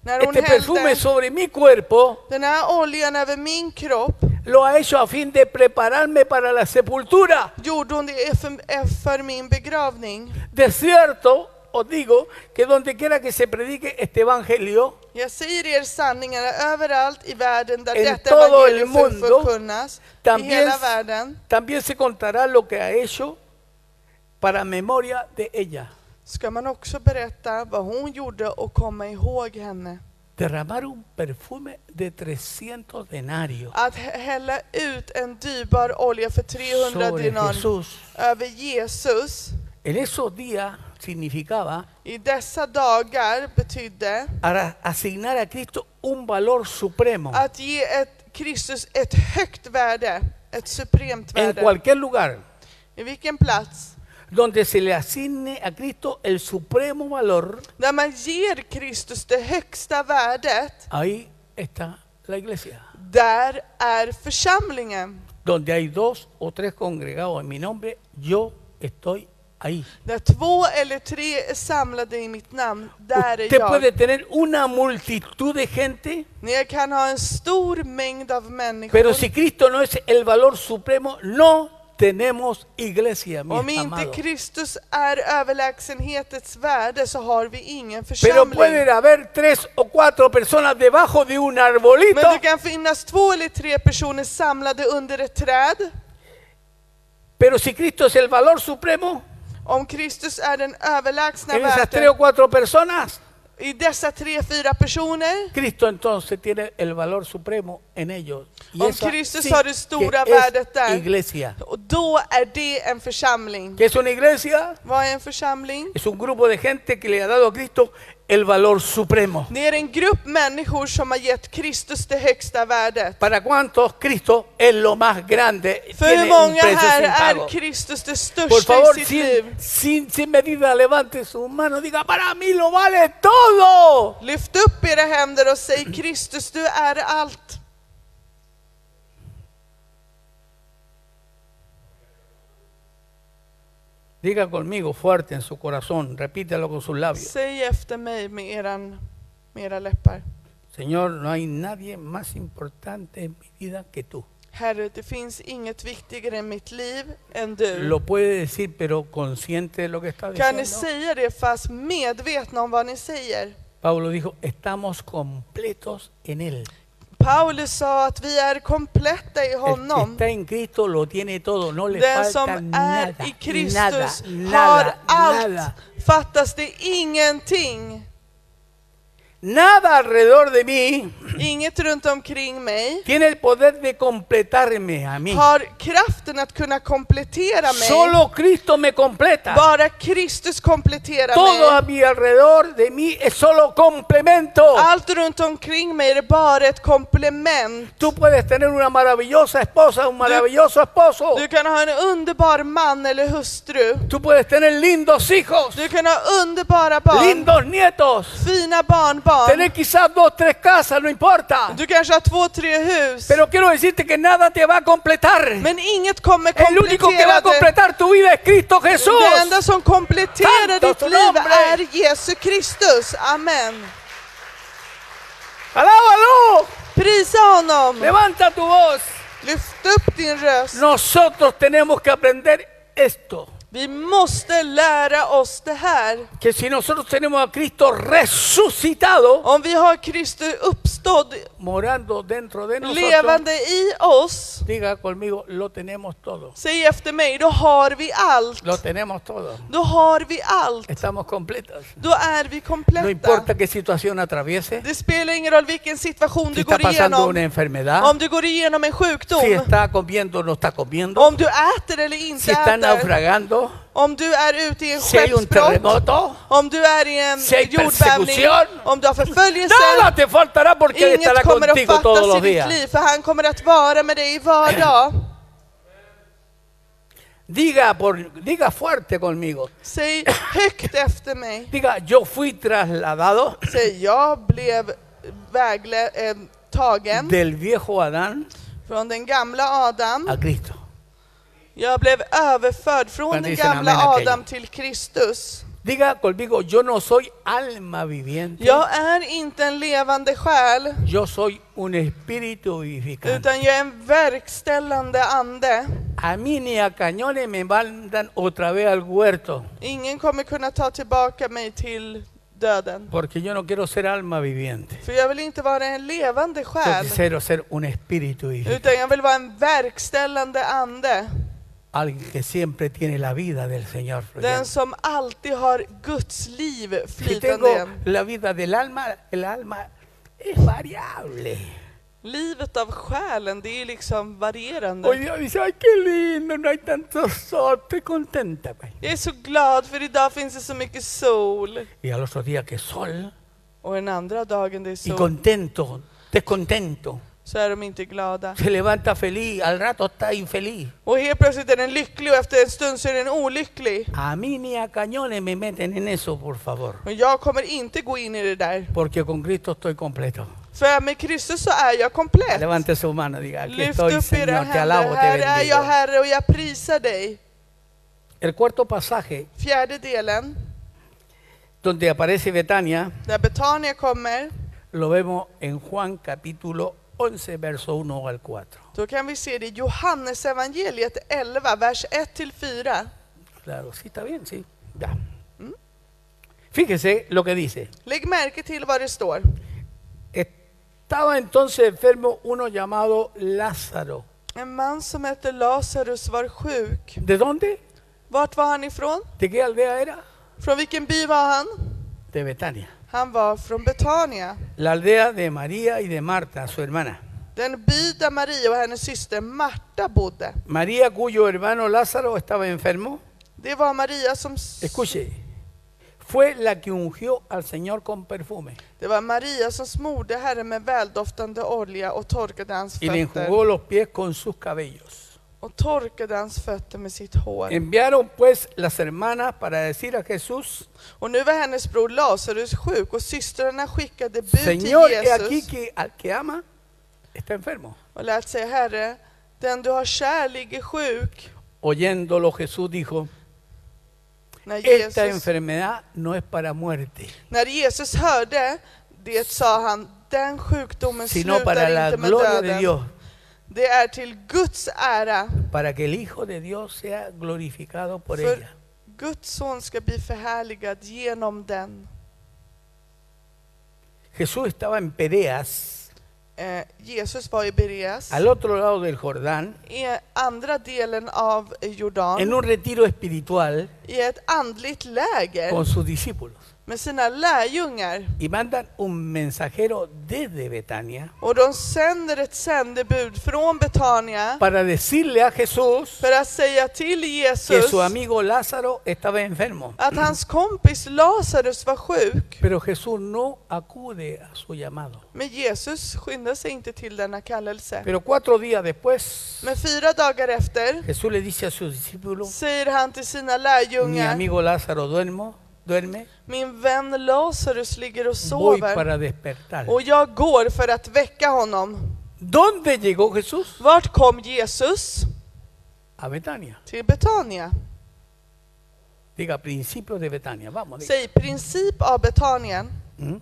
När hon este perfume hällde sobre mi cuerpo, den här oljan över min kropp lo ha hecho a fin de prepararme para la sepultura. gjorde hon det för, eh, för min begravning. De cierto, os digo que donde quiera que se predique este evangelio, Jag säger er sanningen överallt i världen där En detta todo el evangelium mundo, förkunnas, i también, hela världen, también se contará lo que ha hecho para memoria de ella. ska man också berätta vad hon gjorde och komma ihåg henne. Derramar un perfume de 300 denarios Att hä- hälla ut en dyrbar olja för 300 sobre dinar Jesús. över Jesus En esos días significaba i dessa dagar betydde ara- asignar a Cristo un valor supremo att ge ett Kristus ett högt värde, ett supremt en värde. cualquier lugar I vilken plats? donde se le asigne a Cristo el supremo valor. Där man ger Kristus det högsta värdet, Ahí está la iglesia. där är församlingen. donde hay dos o tres congregados en mi nombre, yo estoy ahí. Där två eller tre är samlade i mitt namn, där är Usted puede jag. tener una multitud de gente, Ni kan ha en stor mängd av människor, pero si Cristo no es el valor supremo, no tenemos iglesia, Om mis inte amados. Kristus är överlägsenhetens värde så har vi ingen Pero församling. pueden haber tres o cuatro personas debajo de un arbolito Men det kan finnas två eller tre personer samlade under ett träd. Pero si Cristo es el valor supremo, Om Kristus är den överlägsna en esas tres o världen cuatro personas, i dessa tre, fyra personer, Cristo entonces tiene el valor supremo en ellos. Y Om esa Cristo sí har det que stora es värdet där. iglesia. och då är det en församling. ¿Qué es una iglesia? Vad är en församling? Es un grupo de gente que le ha dado a Cristo el valor supremo. Det är en grupp människor som har gett Kristus det högsta värdet. Para cuántos Cristo es lo más grande. För hur Tiene un många precio sin här pago. är Kristus det Por största i favor, sitt liv? sin, sin, sin medida, levante su mano. Diga, para mí lo vale todo. Lyft upp era händer och säg Kristus, du är allt. Diga conmigo fuerte en su corazón. Repítalo con sus labios. Säg efter mig med, eran, med era läppar. Señor, no hay nadie más importante en mi vida que tú. Herre, det finns inget viktigare i mitt liv än du. Lo puede decir, pero consciente de lo que está Kan ni diciendo. säga det fast medvetna om vad ni säger? Pablo dijo, estamos completos en él. Paulus sa att vi är kompletta i El que honom. está en Cristo lo tiene todo, no le Den som falta är nada, i nada, Kristus har nada, allt. nada, Fattas det ingenting. nada alrededor de mí Inget runt omkring mig tiene el poder de completarme a mí. har kraften att kunna komplettera mig. Solo Cristo me completa. Bara Kristus kompletterar Todo a mig. mi alrededor de mí es solo complemento. Allt runt omkring mig är bara ett komplement. Tú puedes tener una maravillosa esposa, un maravilloso esposo. Du kan ha en underbar man eller hustru. Tú puedes tener lindos hijos, Du kan ha underbara barn, lindos nietos. fina barnbarn. Tener quizás dos, tres casas, no importa. Du kanske har två, tre hus. Pero quiero decirte que nada te va a completar. Men inget kommer El único que va a komplettera det. completar tu vida es Cristo Jesús. Det enda som kompletterar Santo ditt su liv nombre. är Jesu Kristus. Amen. Alábalo. Prisa honom. Levanta tu voz. Lyft upp din röst. Nosotros tenemos que aprender esto. Vi måste lära oss det här. Que si nosotros tenemos a Cristo resucitado, Om vi har Kristus uppstådd, morando dentro de nosotros, levande i oss, diga conmigo, lo tenemos todo. säg efter mig, då har vi allt. Lo tenemos todo. Då har vi allt. Estamos completos. Då är vi No kompletta. importa qué situación atraviese, Det spelar ingen roll vilken situation si du está går pasando una igenom. enfermedad, Om du går igenom en si sjukdom, está comiendo o no está comiendo, om du äter eller si inte está äter, naufragando, om du är ute i en si hay un skeppsbrott, terremoto, om du är i en Si hay jordbävning, persecución. om du har förföljelse, nada te faltará porque Él estará Inget kommer att contigo todos fattas i los ditt días. liv, för han kommer att vara med dig var dag. Diga, por, diga fuerte conmigo. Säg högt efter mig. Diga, yo fui trasladado Säg, jag blev vägle, eh, tagen del viejo Adán från den gamla Adam. a Cristo. Jag blev överförd från Men den det är gamla sin amen, Adam okej. till Kristus. Diga conmigo, yo no soy alma viviente, Jag är inte en levande själ, yo soy un espíritu vivificante. utan jag är en verkställande ande. A mí ni a cañones me mandan otra vez al huerto, Ingen kommer kunna ta tillbaka mig till döden. porque yo no quiero ser alma viviente. För jag vill inte vara en levande Yo själ, quiero ser un espíritu vivificante, utan jag vill vara en verkställande ande. alguien que siempre tiene la vida del Señor. fluyendo. Den som alltid har Guds liv Si tengo flytande igen. la vida del alma, el alma es variable. Livet av själen, det är liksom Hoy varierande. Dios dice, ay, qué lindo, no hay tanto sol, estoy contenta. pues". Jag är så glad för idag finns det så mycket sol. Y al otro día que sol, Och den andra dagen det är y sol, contento, descontento. så är de inte glada. Se levanta feliz, al rato está infeliz. Och helt plötsligt är den lycklig och efter en stund så är den olycklig. A mí ni a cañones me meten en eso, por favor. Men jag kommer inte gå in i det där. Porque con Cristo estoy completo. För med Kristus så är jag komplett. Levante su mano, diga, aquí Lyft estoy, upp era Señor, te händer. alabo, te Här är jag, bendigo. Herre, och jag prisar dig. El cuarto pasaje, Fjärde delen, donde aparece Betania, där Betania kommer. Lo vemos en Juan capítulo 11, verso 1 al 4. Då kan vi se det i Johannes evangeliet 11, vers 1-4. Claro, sí, está bien, sí. Ya. ¿Mm? Fíjese lo que dice. Lägg märke till vad det står. Estaba entonces enfermo uno llamado Lázaro. En man som hette Lazarus var sjuk. ¿De dónde? Vart var han ifrån? ¿De qué aldea era? Från vilken by var han? De Betania. Han var från Betania, La aldea de María y de Marta, su hermana. den by där Maria och hennes syster Marta bodde. María, cuyo hermano Lázaro estaba enfermo, Det var Maria som... s- escuche, fue la que ungió al Señor con perfume Det var Maria som smorde Herren med väldoftande olja och torkade hans y le fötter. enjugó los pies con sus cabellos. Och torkade hans fötter med sitt hår. Enviaron pues las hermanas para decir a Jesús, Och nu var hennes bror Lazarus sjuk och systrarna skickade bud till Señor, he aquí Jesus. que al que ama está enfermo. och lät säga Herre, den du har kär ligger sjuk. Oyéndolo Jesús dijo, När esta Jesus, enfermedad no es para muerte, när Jesus hörde det sa han, den sjukdomen sino para slutar la inte med gloria de döden. Dios, Det är till Guds ära, para que el Hijo de Dios sea glorificado por Fue- ella. Guds son ska bli förhärligad genom den. Jesús estaba en Pereas Eh, Jesus var i Bereas, al otro lado del Jordán, i andra delen av en Jordan, un retiro espiritual i ett andligt läger con sus discípulos. med sina lärjungar. Y mandan un mensajero desde Betania Och de sänder ett sändebud från Betania para decirle a Jesús för att säga till que Jesus su amigo Lázaro estaba enfermo. att hans kompis Lazarus var sjuk. Pero Jesús no acude a su llamado. Men Jesus skyndade sig inte till denna kallelse. Pero cuatro días después, Men fyra dagar efter Jesús le dice a sus discípulos, säger han till sina mi lärjungar, amigo Lázaro duermo, duerme, min vän Lazarus ligger och voy sover para despertar. och jag går för att väcka honom. ¿Dónde llegó Jesús? Vart kom Jesus? A Betania. Till Betania. Diga, principios de Betania, vamos. diga. Säg princip av Betanien. ¿Mm?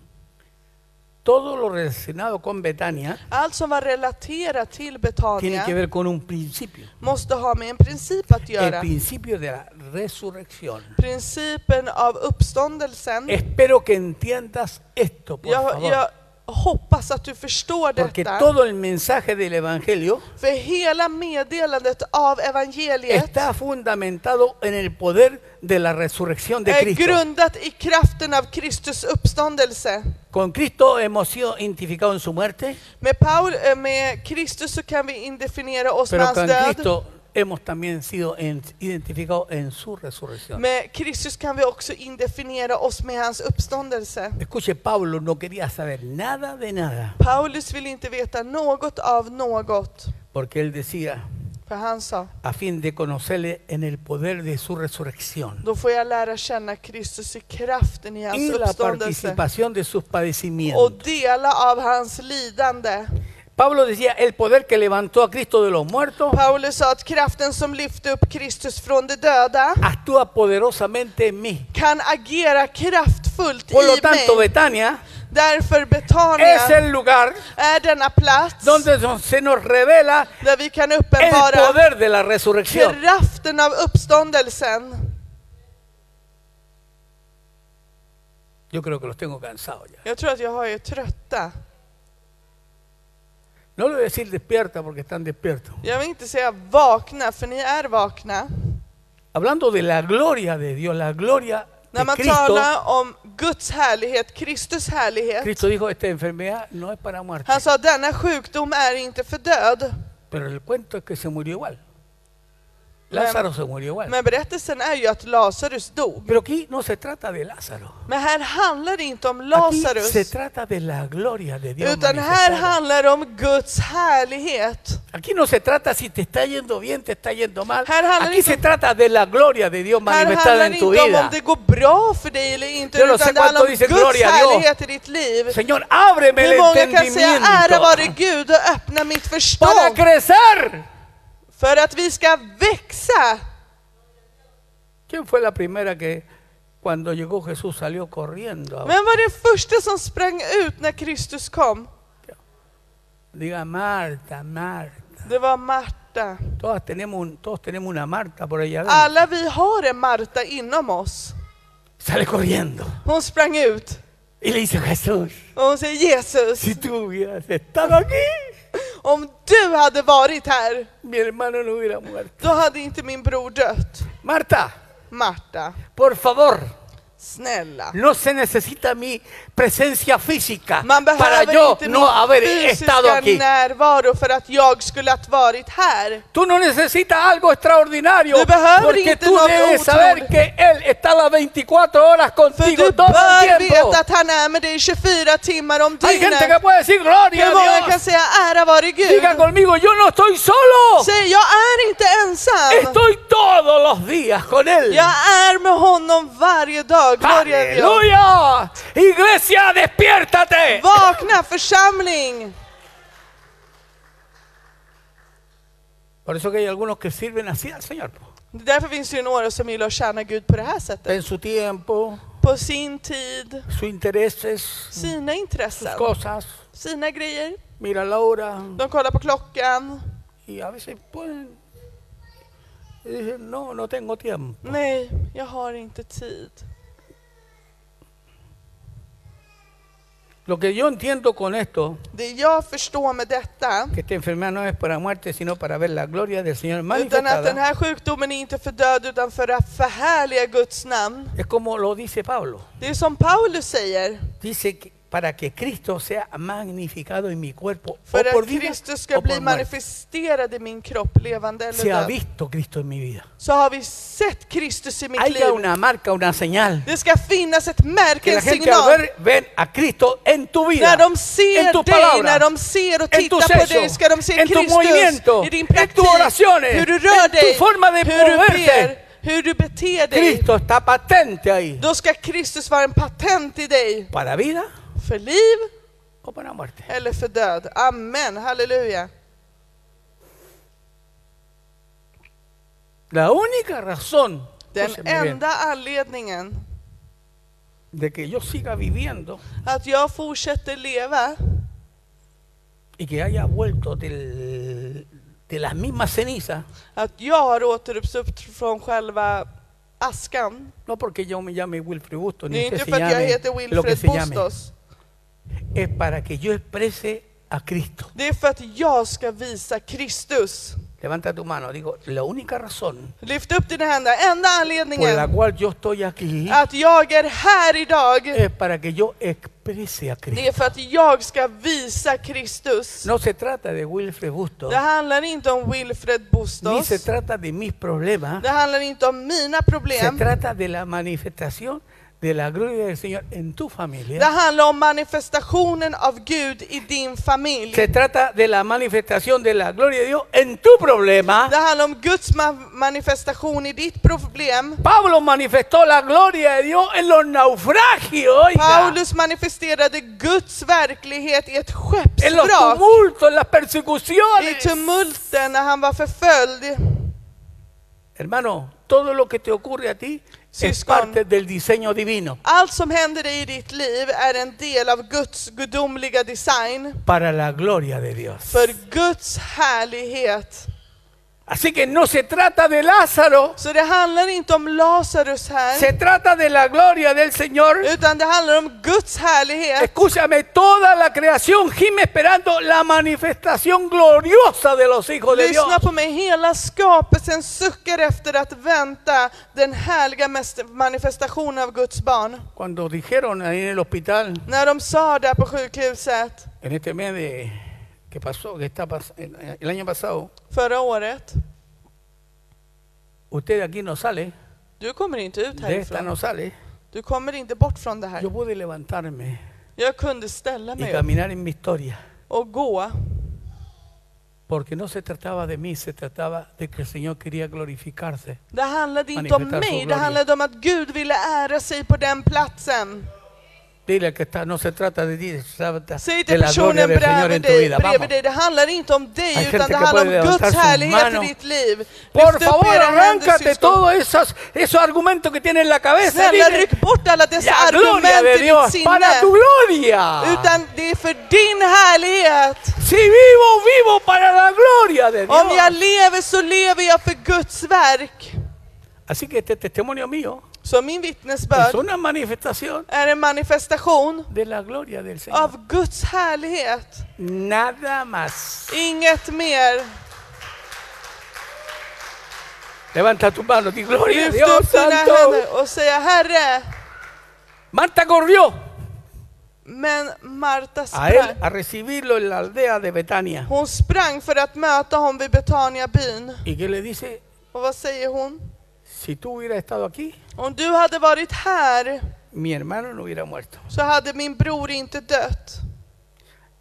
Todo lo relacionado con Betania Allt som var relaterat till tiene que Betania ver con un principio. måste ha med en princip att El göra. principio de la resurrección. Principen av uppståndelsen. Espero que entiendas esto, por Jag, favor. jag hoppas att du förstår Porque detta. todo el mensaje del Evangelio För hela meddelandet av evangeliet está fundamentado en el poder de la resurrección de är Cristo. grundat i kraften av Kristus uppståndelse. Con Cristo hemos sido identificados en su muerte, Med, Paul, eh, med Kristus så kan vi indefiniera oss med pero con hans död. Cristo hemos también sido en- identificados en su resurrección. Med Kristus kan vi också indefiniera oss med hans uppståndelse. Escuche, Pablo no quería saber nada de nada, Paulus vill inte veta något av något. porque él decía, För han sa, a fin de conocerle en el poder de su resurrección då får jag lära känna Kristus i kraften i y hans la uppståndelse participación de sus och padecimientos. dela av hans lidande. Pablo decía, el poder que levantó a Cristo de los muertos Paulus sa att kraften som lyfte upp Kristus från de döda actúa poderosamente en mí. kan agera kraftfullt Por lo i tanto, mig. Betania Därför es Betania el lugar är denna plats donde no- se nos revela där vi kan el uppenbara poder de la resurrección. kraften av uppståndelsen. Yo creo que los tengo cansados ya. Jag tror att jag har er trötta. No le voy a decir despierta porque están despiertos. Jag vill inte säga vakna, för ni är vakna. Hablando de la gloria de Dios, la gloria de När man Cristo, talar om Guds härlighet, Kristus härlighet. Cristo dijo, esta enfermedad no es para muerte. Han sa denna sjukdom är inte för död. Pero el cuento es que se murió igual. Lázaro se murió igual. Men berättelsen är ju att Lazarus dog. Pero aquí no se trata de Lázaro. Men här handlar det inte om Aquí se Lazarus, trata de la gloria de Dios. utan här manifestada. handlar det om Guds härlighet. Aquí no se trata si te está yendo bien, te está yendo mal. Här handlar Aquí det se trata de la gloria de Dios Här manifestada handlar det en inte tu om om vida. det går bra för dig eller inte, Yo no sé utan det handlar om cuánto dicen, Guds "Gloria a Dios". härlighet i ditt liv. Señor, ábreme el Hur många kan säga ära vare entendimiento Gud och öppna mitt para förstånd crecer. för att vi ska växa. ¿Quién fue la primera que cuando llegó Jesús salió corriendo? Vem var den första som sprang ut när Kristus kom? Diga Marta, Marta. Det var Marta. Todas tenemos un- todos tenemos una Marta por allá. adentro. Alla vi har en Marta inom oss. Sale corriendo Hon sprang ut y le dice Jesús, och hon säger Jesus, si tú hubieras estado aquí, om du hade varit här, mi hermano no hubiera muerto. då hade inte min bror dött. Marta, Marta, por favor, snälla. No se necesita mi presencia física Man para behöver yo inte no haber min estado fysiska aquí. närvaro för att jag skulle ha varit här. Tú no necesitas algo extraordinario Du behöver porque inte tú något debes saber otroligt. que Él está las 24 horas För contigo du todo bör el tiempo. veta att han är med dig 24 timmar om Hay gente que dygnet. puede decir gloria Hur många a kan Dios. säga ära vare Gud? Diga conmigo, yo no estoy solo. Säg, jag är inte ensam. Estoy todos los días con Él. Jag är med honom varje dag. Gloria a Dios. Aleluya. Iglesia, despiértate. Vakna församling! Por eso que hay algunos que sirven así al Señor. Det är därför finns det ju några som gillar att tjäna Gud på det här sättet. En su tiempo, På sin tid, sus intereses, sina sus intressen, cosas. sina grejer. Mira la hora De kollar på klockan. y a veces pueden y dicen, no, no tengo tiempo. Nej, jag har inte tid. Lo que yo entiendo con esto, Det jag förstår med detta, que esta enfermedad no es para muerte, sino para ver la gloria del Señor utan att den manifestada, här sjukdomen är inte för död utan för att förhärliga Guds namn. es como lo dice Pablo. Det är som Paulus säger, Dice que para que Cristo sea magnificado en mi cuerpo, o för por att vida Kristus ska o por bli muerte. manifesterad i min kropp, levande eller Se ha död. visto Cristo en mi vida. Så har vi sett Kristus i mitt Haya liv. una marca, una señal. Det ska finnas ett märke, Que la en gente al signal. ver, ven a Cristo en tu vida, När de en ser tus dig, när palabras, de ser och en tus tittar på dig hechos, ska de se en tus movimientos, Kristus i din praktik, en tus oraciones, hur du en rör tu dig, forma de hur du moverte. ber, hur du beter dig. Cristo está patente ahí. Då ska Kristus vara en patent i dig, ¿Para vida för liv o para muerte? eller för död. Amen, halleluja. La única razón Den escúcheme bien, enda anledningen de que yo siga viviendo att jag fortsätter leva y que haya vuelto del- de las mismas cenizas, att jag har återuppstått från själva askan. no porque yo me llame Wilfred Bustos, Det ni är usted inte se för att jag llame heter lo que este Wilfred se llame, Bustos. es para que yo exprese a Cristo. Det är för att jag ska visa Kristus. Levanta tu mano, digo, la única razón Lyft upp dina händer. Enda por la anledningen cual yo estoy aquí att jag är här idag, es para que yo exprese a det Cristo. är för att jag ska visa Kristus. No se trata de Wilfred Bustos, Det handlar inte om Wilfred ni Bustos. se trata de mis problemas, Det handlar inte om mina se problem. trata de la manifestación de la gloria del Señor en tu Det familia. handlar om manifestationen av Gud i din familj. Se trata de la manifestación de la gloria de Dios en tu problema. Det handlar om Guds ma- manifestation i ditt problem. Pablo manifestó la gloria de Dios en los naufragios, oiga, Paulus manifesterade Guds verklighet i ett en los skeppsvrak. tumultos, en las I persecuciones. tumulten när han var förföljd. Hermano, todo lo que te ocurre a ti es Syskon. parte del diseño divino Allt som händer dig i ditt liv är en del av Guds gudomliga design para la gloria de Dios. för Guds härlighet. Así que no se trata de Lázaro, Så det handlar inte om Lazarus här, se trata de la gloria del Señor. utan det handlar om Guds härlighet. Escúchame, toda la creación gime esperando la manifestación gloriosa de los hijos de Dios. Lyssna på mig, hela skapelsen suckar efter att vänta den härliga mest- manifestationen av Guds barn. Cuando dijeron ahí en el hospital, När de sa där på sjukhuset en este mes de, que pasó, que está pas- eh, el el año pasado, förra året, usted de aquí no sale, du kommer inte ut de esta no härifrån, sale, du kommer inte bort från det här. yo pude levantarme Jag kunde ställa y mig upp caminar en mi historia. och gå Porque no se trataba de mí, se trataba de que el Señor quería glorificarse. Det handlade inte om Manifestar mig, så det gloria. handlade om att Gud ville ära sig på den platsen. Dile al que está, no se trata de ti, se trata Säg de till la gloria del personen Señor bredvid en tu dig, vida. Vamos. bredvid dig, det handlar inte om Hay dig gente utan det que puede handlar om Guds levantar sus härlighet manos. i ditt liv. Por Lyft upp favor, era händer, arráncate syskon. todos esos, esos argumentos que tienes en la cabeza. Snälla Dile, ryck bort alla dessa la gloria argument de i ditt Dios para tu sinne. gloria. Utan det är för din härlighet. Si vivo, vivo para la gloria de Om jag Dios. lever så lever jag för Guds verk. Así que este testimonio mío Så min es vittnesbörd una manifestación är en manifestation de la gloria del Señor. av Guds härlighet. Nada más. Inget mer. Levanta tu mano, di gloria a Lyft Dios upp dina santo. händer och säga Herre. Marta corrió Men Marta a él sprang. a recibirlo en la aldea de Betania. Hon sprang för att möta honom vid Betania byn. ¿Y qué le dice? Och vad säger hon? Si tú hubieras estado aquí, Om du hade varit här mi hermano no hubiera muerto. så hade min bror inte dött.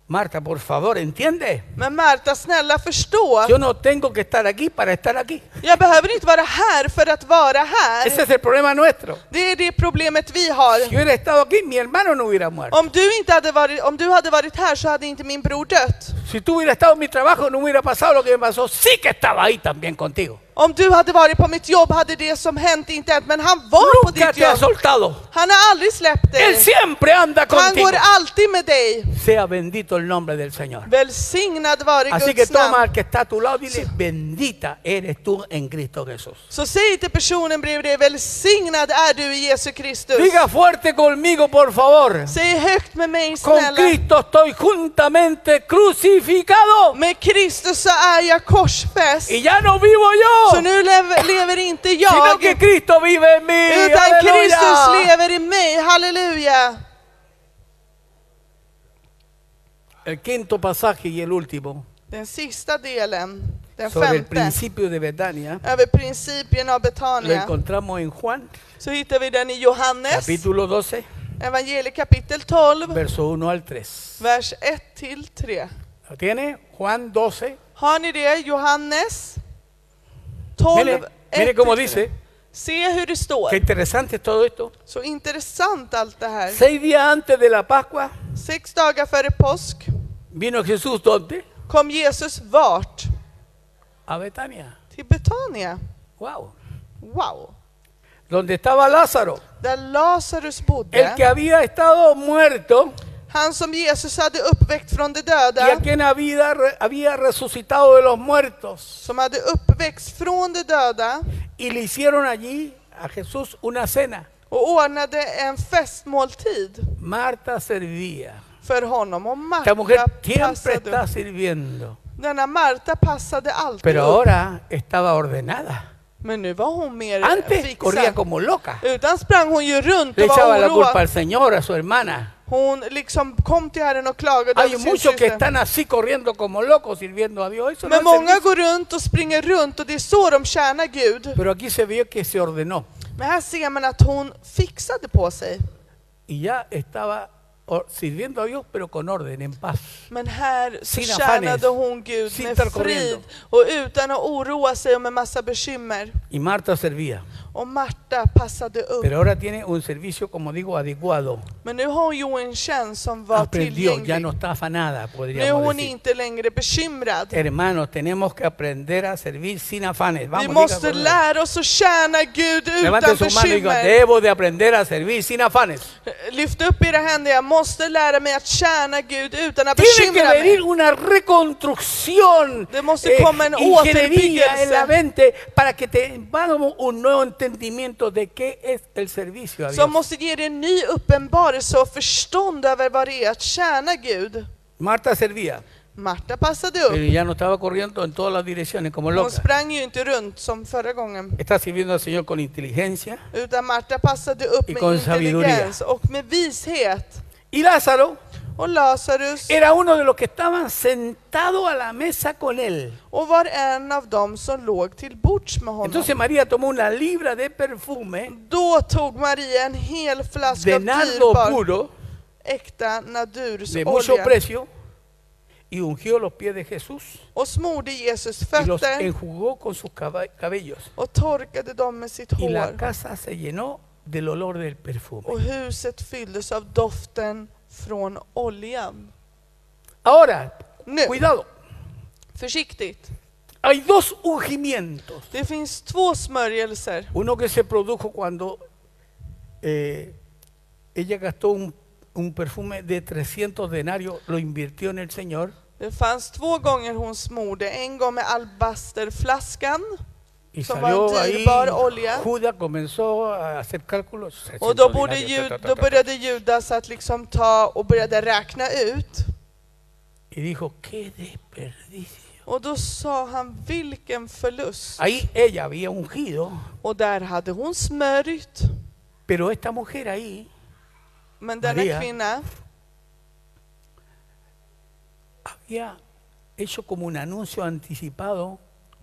Marta, por favor, ¿entiendes? Men Marta, snälla förstå. Yo no tengo que estar aquí para estar aquí. Jag behöver inte vara här för att vara Ese här. es el problema nuestro. Det är det problemet vi Si har. hubiera estado aquí, mi hermano no hubiera muerto. Om du, inte hade varit, om du hade varit här så hade inte min bror dött. Oh. Si tú hubieras estado en mi trabajo, no hubiera pasado lo que me pasó. Sí que estaba ahí también contigo. Om du hade varit på mitt jobb hade det som hänt inte hänt, men han var på Nunca ditt te ha jobb. soltado. Han har aldrig släppt Él dig. siempre anda Han contigo. går alltid med dig. Sea bendito el nombre del Señor. Välsignad vare Así que Guds toma namn. al que está a tu lado y dile, bendita eres tú en Cristo Jesús. Så säg till personen bredvid dig, välsignad är du i Jesu Kristus. Diga fuerte conmigo, por favor. Säg högt med mig Con snälla. Cristo estoy juntamente crucificado Med Kristus så är jag korsfäst. y ya no vivo Så yo, nu lev, lever inte sino jag, que Cristo vive en mí. utan Kristus ¡Aleluya! lever i mig. Halleluja! El quinto pasaje y el último Den sista delen, den sobre el femte, principio de Betania över principien av lo Betania. encontramos en Juan, Så hittar vi den i Johannes, capítulo 12, evangeliet kapitel 12, verso 1 al 3. vers 1 till 3. ¿Lo tiene? Juan 12. Har ni det? Johannes 12, Mire, mire 1 cómo till dice. 3. Se hur det står. Qué interesante es todo esto. Så intressant allt det här. Seis días antes de la Pascua Sex dagar före påsk vino Jesús ¿dónde? kom Jesus vart? A Betania. Till Betania. Wow. Wow! Donde estaba Lázaro. Där Lazarus El que bodde, había estado muerto han som Jesus hade uppväckt från de döda, y a quien había, re- había resucitado de los muertos. som hade uppväxt från de döda Y le hicieron allí a Jesús una cena. och ordnade en festmåltid Marta servía. för honom. Och Esta Marta mujer siempre passade está upp. sirviendo. Denna Marta passade alltid Pero upp. ahora estaba ordenada. Men nu var hon mer Antes corría fixad. como loca. Utan sprang hon ju runt Le och echaba var la culpa al oroad. Señor, a su hermana. Hon liksom kom till Herren och klagade Hay över sin muchos que syster. están así corriendo como locos sirviendo a Dios. Eso no Men es många servicio. går runt och springer runt och det är så de tjänar Gud. Pero aquí se vio que se ordenó Men här ser man att hon fixade på sig. y ya estaba or- sirviendo a Dios, pero con orden, en paz. Men här så Sina tjänade fanes. hon Gud Sitter med frid corriendo. och utan att oroa sig och med massa bekymmer. Y Marta servía. Och Marta passade upp. Pero ahora tiene un servicio, como digo, adecuado. Men nu har hon ju en tjänst som var Aprendió, ya tillgänglig. no está afanada, Nu är podríamos hon decir. inte längre bekymrad. Hermanos, tenemos que aprender a servir sin afanes. Vi Vamos, diga måste conmigo. lära oss att tjäna Gud utan Levanten su mano y diga, bekymmer. debo de aprender a servir sin afanes. Lyft upp era händer, jag måste lära mig att tjäna Gud utan att Tiene que bekymra venir mig. una reconstrucción, eh, Det måste komma en ingeniería återuppbyggelse. en la mente para que tengamos un nuevo entendimiento de qué es el servicio a Dios. Som måste ge dig en ny uppenbarelse och förstånd över vad det är att tjäna Gud. Marta servía, Marta passade pero upp. ya no estaba corriendo en todas las direcciones como Hon loca. sprang ju inte runt som förra gången. Está sirviendo al Señor con inteligencia. Utan Marta passade upp Y med con intelligens och med vishet. Y Lázaro Och Lazarus era uno de los que estaban sentados a la mesa con él. och var en av dem som låg till bords med honom. Entonces María tomó una libra de perfume Då tog Maria en hel flaska de av nardo dyrbar puro äkta Pues, de oh, mucho nadursolja precio y ungió los pies de Jesús och smorde Jesus y los fötter enjugó con sus caba- cabellos. och torkade dem med sitt Y la hår. casa se llenó del olor del perfume. Och huset fylldes av doften från oljan. Ahora, Nu, cuidado, försiktigt. hay dos ungimientos. Det finns två smörjelser. Uno que se produjo cuando eh, ella gastó un, un perfume de 300 denarios, lo invirtió en el Señor Det fanns två gånger hon smorde. En gång med albasterflaskan. y Son salió ahí. Valdir, Olea. Judas comenzó a hacer cálculos. 300 Och då, borde denarios, ta, ju, ta, då ta, började Judas att liksom ta och började räkna ut. ta. Y dijo, qué desperdicio. Och då sa han vilken förlust. Ahí ella había ungido, Och där hade hon smörjt. pero esta mujer ahí Men denna Maria. kvinna, había hecho como un anuncio anticipado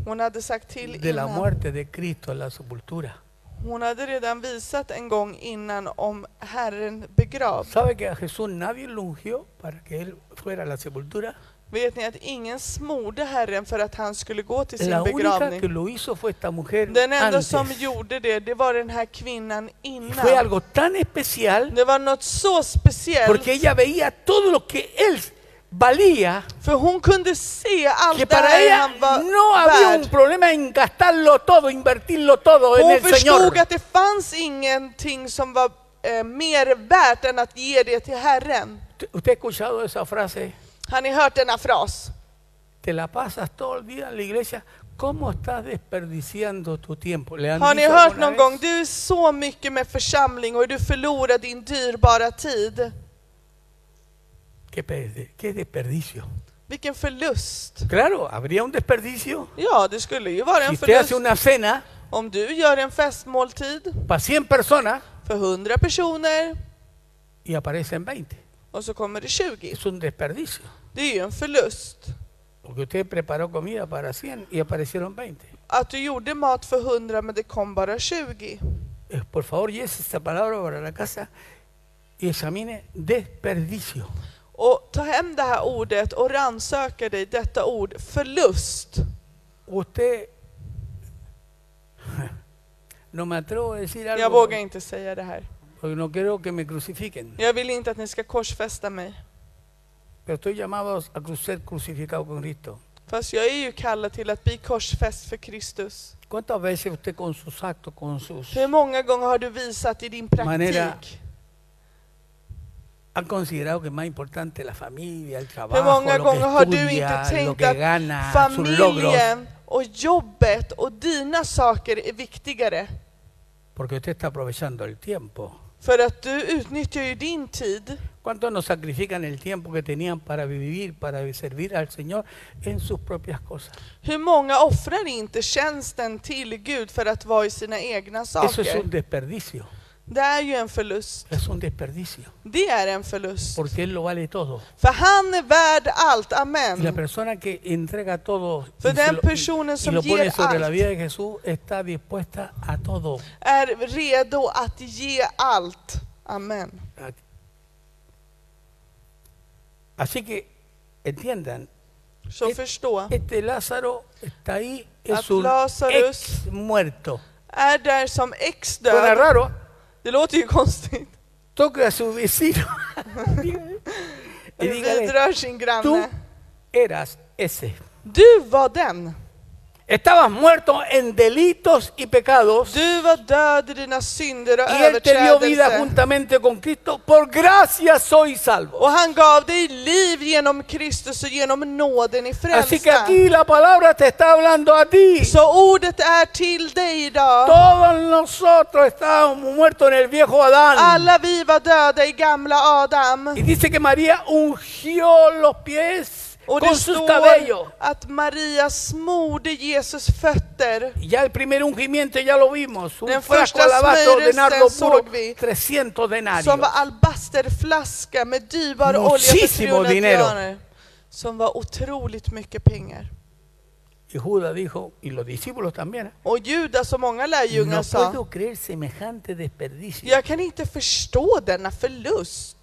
hon hade sagt till de la innan. muerte de Cristo en la sepultura. Hon hade redan visat en gång innan om Herren begrav. ¿Sabe que a Jesús nadie lo ungió para que él fuera a la sepultura? Vet ni att ingen smorde Herren för att han skulle gå till La sin única que begravning. lo hizo fue esta mujer. Den enda antes. som gjorde det, det var den här kvinnan Y fue innan. algo tan especial Det var något så speciellt. porque ella veía todo lo que él valía För hon kunde se que allt det para här ella han var no había un värd. problema en gastarlo todo, invertirlo todo en Hon el Señor. förstod att det fanns ingenting som var eh, mer värt än att ge det till Herren. ¿Usted ha escuchado esa frase? Har ni hört denna fras? Te la pasas todo el día en la iglesia. ¿Cómo estás desperdiciando tu tiempo? ¿Le han Har ni dicho hört alguna någon vez? gång, du är så mycket med församling och du förlorar din dyrbara tid. ¿Qué, perde- qué desperdicio? Vilken förlust. Claro, habría un desperdicio. Ja, det skulle ju vara Si en usted hace förlust. una cena Om du gör en festmåltid para 100 personas för 100 personer y aparecen 20, och så kommer det 20. es un desperdicio. Det är ju en förlust. Porque usted preparó comida para 100 y aparecieron 20. Att du gjorde mat för 100 men det kom bara 20. Eh, Por favor, yes, esta palabra para la casa y examine desperdicio. Och ta hem det här ordet och rannsaka dig detta ord förlust. Usted, [laughs] no me atrevo a decir Jag algo vågar inte säga det här. porque no quiero que me crucifiquen, Jag vill inte att ni ska korsfästa mig. pero estoy llamado a cru- ser crucificado con Cristo. Fast jag är ju kallad till att bli korsfäst för Kristus. ¿Cuántas veces usted con sus actos, con sus... Hur många gånger har du visat i din Manera- praktik? Han considerado que más importante la familia, el Hur trabajo, många lo que gånger har du inte estudia, lo tänkt que att gana, sus logros? familjen och jobbet och dina saker är viktigare? Porque usted está aprovechando el tiempo. För att du utnyttjar ju din tid. ¿Cuántos nos sacrifican el tiempo que tenían para vivir, para servir al Señor en sus propias cosas? Hur många offrar inte tjänsten till Gud för att vara i sina egna Eso saker? es un desperdicio, Det är ju en förlust. es un desperdicio, Det är en förlust. porque Él lo vale todo. För han är värd allt, Y la amen. persona que entrega todo y, För se den lo, personen y som lo pone ger sobre la vida allt de Jesús está dispuesta a todo. är redo att ge allt, amen. Así que entiendan, Så Ett- förstå, este Lázaro está ahí, es Att un Lazarus- ex muerto. är där som Suena ex-död. raro, Det låter [laughs] ju konstigt. toque a su vecino y dígale, Vidrör sin tú granne. eras ese. Du var den. Estabas muerto en delitos y pecados Du var död i dina synder och y Él te dio vida överträdelser. juntamente con Cristo. Por gracia soy salvo. Och han gav dig liv genom Kristus och genom nåden i Así que frälsta. aquí la palabra te está hablando a ti. Så ordet är till dig idag. Todos nosotros estábamos muertos en el viejo Adán. Alla vi var döda i gamla Y Adam. dice que María ungió los pies Och con det sus står cabellos. att Maria smorde Jesus fötter. Y Ya el primer ungimiento ya lo vimos. Un Den frasco första alabastro de smörjelsen nardo puro, såg vi. 300 denarios. Som var albasterflaska med dyrbar olja för Muchísimo 300 dinero. denarer. Som var otroligt mycket pengar. Y Judas dijo, y los discípulos también, ¿eh? Och Judas och många lärjungar no sa, puedo creer semejante desperdicio. jag kan inte förstå denna förlust.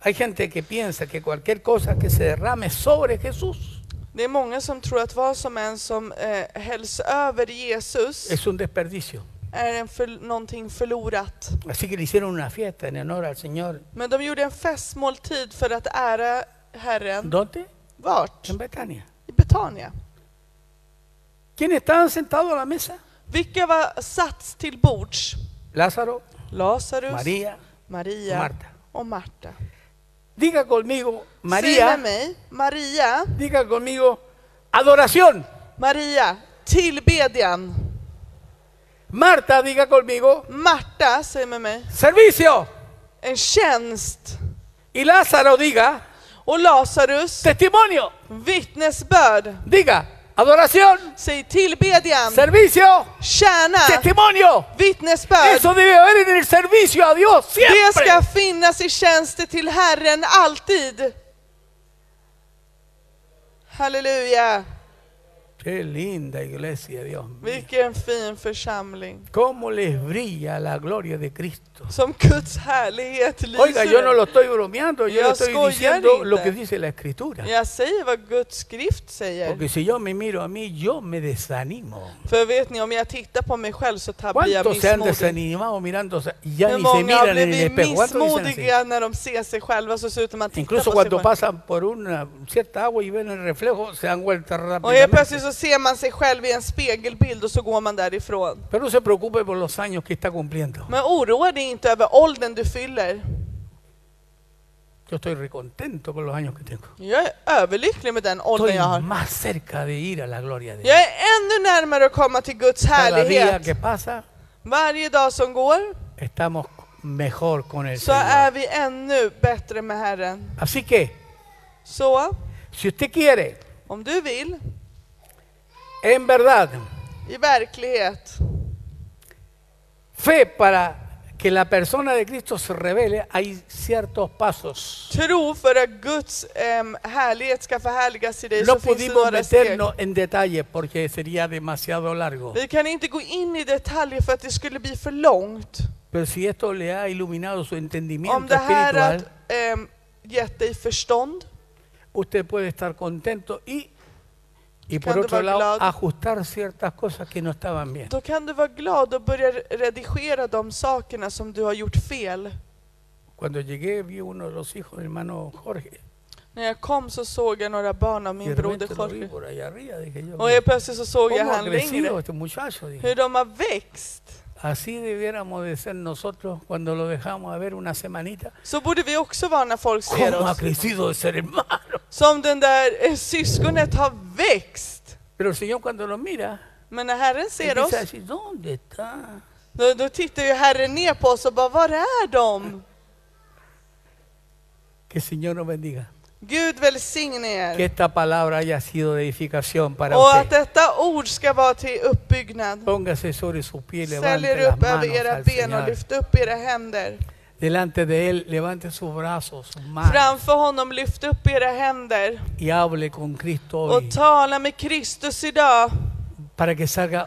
Hay gente que piensa que cualquier cosa que se derrame sobre Jesús Det är många som tror att vad som än som eh, hälls över Jesus es un desperdicio. är en för, någonting förlorat. Así que le hicieron una fiesta en honor al Señor. Men de gjorde en festmåltid för att ära Herren. ¿Dónde? Vart? En Betania. I Betania. ¿Quiénes estaban sentados a la mesa? Vilka var satts till bords? Lázaro, Lazarus, María, Maria Marta. och Marta. Diga conmigo, Säg med María, mig, Maria, diga conmigo, adoración. Maria, tillbedjan. Marta, diga conmigo, Marta, säg med mig, servicio. en tjänst. Y Lázaro, diga, Och Lazarus, testimonio. vittnesbörd. Diga, adoración, Säg tillbedjan, servicio, tjäna, testimonio. vittnesbörd. Eso debe haber en el servicio a Dios Det siempre. ska finnas i tjänsten till Herren alltid. Halleluja. Qué linda iglesia, Dios mío. Vilken fin församling. ¿Cómo les brilla la gloria de Cristo? Som Guds härlighet Oiga, lyser. yo no lo estoy bromeando, yo Yo le estoy soy diciendo Yarita. lo que dice la Escritura. Jag säger vad Guds skrift säger. Porque si yo me miro a mí, yo me desanimo. För vet ni, om jag tittar på mig själv så tar- blir jag ¿Cuántos se han missmodig. desanimado mirándose? Ya Hur ni se många har miran en el blivit espejo. ¿Cuántos dicen así? missmodiga när de ser sig själva så ser ut att man tittar Incluso på sig cuando själv. pasan por una cierta agua y ven el reflejo, se dan vuelta Och helt rápidamente. plötsligt så ser man sig själv i en spegelbild och så går man därifrån. Pero no se preocupe por los años que está cumpliendo. Men oroa dig inte över åldern du fyller. Yo estoy recontento por los años que tengo. Jag är överlycklig med den åldern Estoy jag har. más cerca de ir a la gloria de Dios. Jag är ännu närmare att komma till Guds Cada día härlighet. que pasa, Varje dag som går estamos mejor con el så Señor. är vi ännu bättre med Herren. Así que, Så si usted quiere, om du vill, en verdad, i verklighet, fe para que la persona de Cristo se revele, hay ciertos pasos. tro för att Guds em, härlighet ska förhärligas i dig No så finns det pudimos några steg. meternos en detalle porque sería demasiado largo. Vi kan inte gå in i detaljer för att det skulle bli för långt. Pero si esto le ha iluminado su Om entendimiento det här har espiritual, em, gett dig förstånd usted puede estar contento y, y por Cuando otro va lado, glad. ajustar ciertas cosas que no estaban bien. Då kan du vara glad och börja redigera de sakerna som du har gjort fel. Cuando llegué vi uno de los hijos del hermano Jorge. När jag kom så såg jag några barn av Y de min broder repente lo vi Jorge. por allá arriba, dije yo. Och "Mira, jag plötsligt så såg jag ¿Cómo ha han crecido längre. este muchacho? Dije. Hur de har växt. Así debiéramos de ser nosotros cuando lo dejamos a ver una semanita. Så borde vi också vara när folk ser ¿Cómo ha oss. crecido ese hermano? Som den där eh, syskonet har växt. Pero el Señor cuando lo mira, Men när Herren ser oss, empieza a decir, ¿dónde está? då, då tittar ju Herren ner på oss och bara, var är de? Que el Señor nos bendiga. Gud välsigne Que er. esta palabra haya sido de edificación para Och att usted. detta ord ska vara till uppbyggnad. Póngase sobre su pie, Ställ levante er las upp över manos era al ben och Señor. lyft upp era händer. Delante de Él, levante sus brazos, sus manos Framför honom, lyft upp era händer y hable con Cristo hoy och tala med Kristus idag. para que salga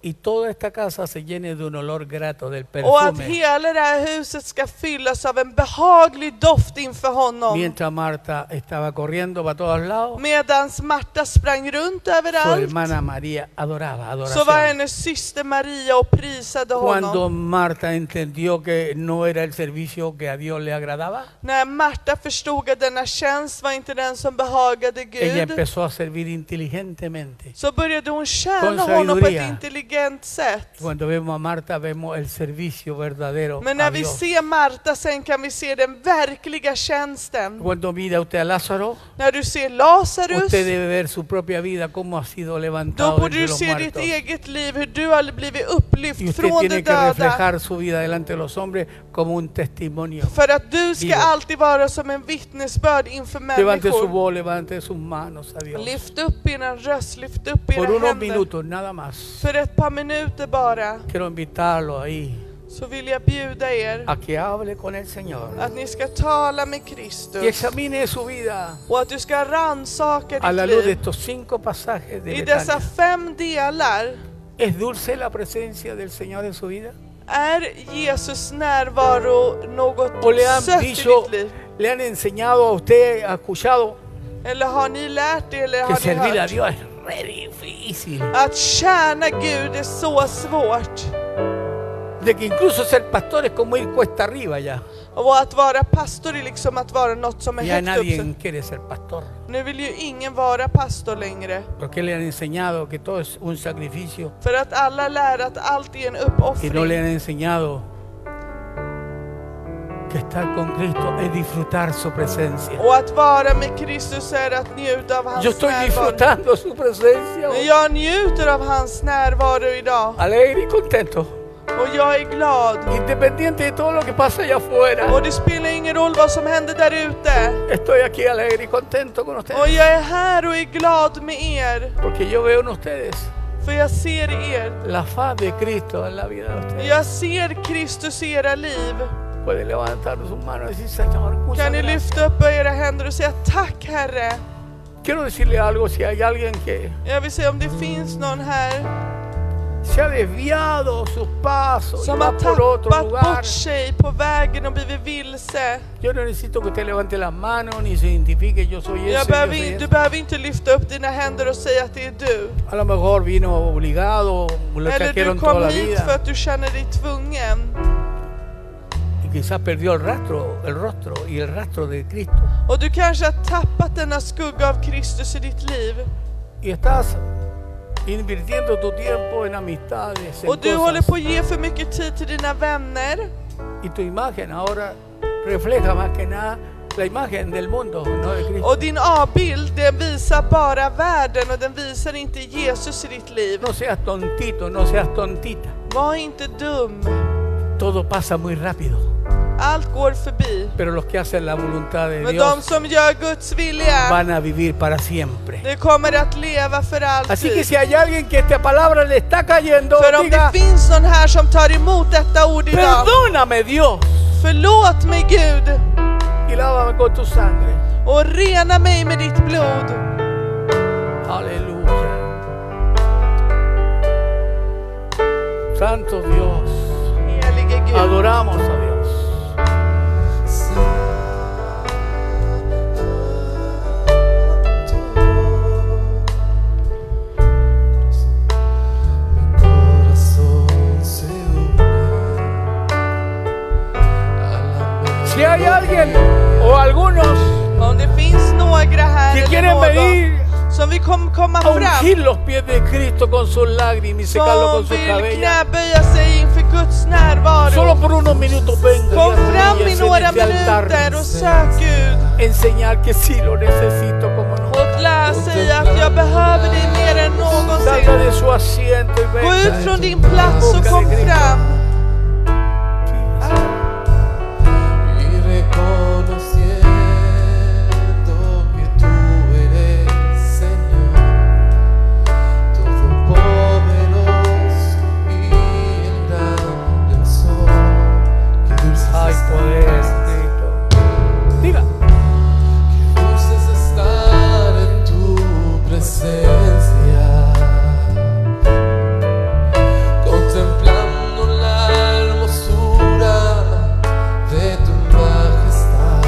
y toda esta casa se llene de un olor grato del Och att perfume. hela det här huset ska fyllas av en behaglig doft inför honom. Mientras Marta estaba corriendo para todos lados, Medans Marta sprang runt su överallt hermana María adoraba, så var adoración. hennes syster Maria och prisade Cuando honom. Marta entendió que no era el servicio que a Dios le agradaba, När Marta förstod att denna tjänst var inte den som behagade ella Gud empezó a servir inteligentemente. så började hon Con tjäna honom på sabiduría. ett intelligent sätt. Cuando vemos a Marta, vemos el servicio verdadero Men a när vi Dios. ser Marta sen kan vi se den verkliga tjänsten. Cuando mira usted a Lázaro, När du ser Lazarus, usted debe ver su propia vida, cómo ha sido då levantado borde de du los se ditt muertos. eget liv, hur du har blivit upplyft Y usted från de tiene que döda. reflejar su vida delante de los hombres como un testimonio. För att du ska Vivo. alltid vara som en vittnesbörd inför Levante su människor. voz, levante sus manos a Dios. Lyft upp era röst, lyft upp Por era unos händer. minutos, nada más. För ett par minuter bara Quiero invitarlo ahí så vill jag bjuda er a que hable con el Señor att ni ska tala y med Kristus examine su vida och att du ska rannsaka a la ditt luz de liv. estos cinco pasajes de I Betania. dessa fem delar ¿Es dulce la presencia del Señor en su vida? Är Jesus ¿O närvaro le något han sött i dicho, ditt liv? le han enseñado a usted, ha escuchado Eller har ni lärt er eller que har ni servir a hört? Dios es re difícil? Att tjäna Gud är så svårt. De que incluso ser pastor es como ir cuesta arriba ya. Och att vara pastor är liksom att vara något som är Ya högt upp. nadie Så- quiere ser pastor. Nu vill ju ingen vara pastor längre. Porque le han enseñado que todo es un sacrificio För att alla lär att allt är en y no le uppoffring. han enseñado que estar con Cristo es disfrutar su presencia. Och att vara med Kristus är att njuta av hans Yo estoy närvaro. disfrutando su presencia Men jag njuter av hans närvaro idag. alegre y contento, Och jag är glad. independiente de todo lo que pasa allá afuera. Och det spelar ingen roll vad som händer där ute. Estoy aquí alegre y contento con Och ustedes jag är här och är glad med er, porque yo veo en ustedes för jag ser er. la faz de Cristo en la vida de ustedes. Jag ser Kristus i era liv. Pueden levantar sus manos y decir, Señor, muchas Kan ni gracias. lyfta upp era händer och säga tack Herre, Quiero decirle algo, si hay alguien que Jag vill se om det finns någon här se ha desviado sus pasos y som va har por otro tappat lugar, bort sig på vägen och blivit vilse. yo no necesito que usted levante las manos ni se identifique, yo soy Jag ese, yo behöver, soy in- du ese. behöver inte lyfta upp dina händer och säga att det är du. A lo mejor vino obligado, lo Eller du trajeron toda kom la hit för vida att du känner dig tvungen. y quizás perdió el rastro, el rostro y el rastro de Cristo. Och du kanske har tappat denna skugga av Kristus i ditt liv. Y estás invirtiendo tu tiempo en amistades, en Och du cosas. håller på att ge för mycket tid till dina vänner. y tu imagen ahora refleja más que nada la imagen del mundo, no de Cristo. Och din avbild, den visar bara världen och den visar inte Jesus i ditt liv. No seas tontito, no seas tontita. Var inte dum. Todo pasa muy rápido, Allt går förbi. pero los que hacen la voluntad de Men de Dios som gör Guds vilja, van a vivir para siempre. de kommer att leva för Así que alltid. si hay alguien que esta palabra le está cayendo, För om det diga, finns någon här som tar emot detta ord idag, perdóname Dios förlåt mig Gud y lávame con tu sangre. och rena mig med ditt blod. Aleluya. Santo Dios. Helige Gud. Adoramos a Dios. Corazón se una a la Si hay alguien o algunos Om det finns några que här eller quieren någon venir som vill kom, komma a fram, ungir los pies de Cristo con sus lágrimas y secarlo som con sus vill cabellas, knäböja sig inför Guds solo närvaro, por unos minutos venga kom fram y i arrodíllese några en este altar. minuter och sök Gud Enseñar que sí lo necesito como no. och lär sig att jag behöver dig mer än Salga någonsin. de su asiento y Gå venga. ut från din plats och kom fram mar y reconociendo que tú eres Señor, todopoderoso y el gran del sol, que dulces Ay, pues, poder, estás. Cristo. Diga, Dulce es estar en tu presencia, contemplando la hermosura de tu majestad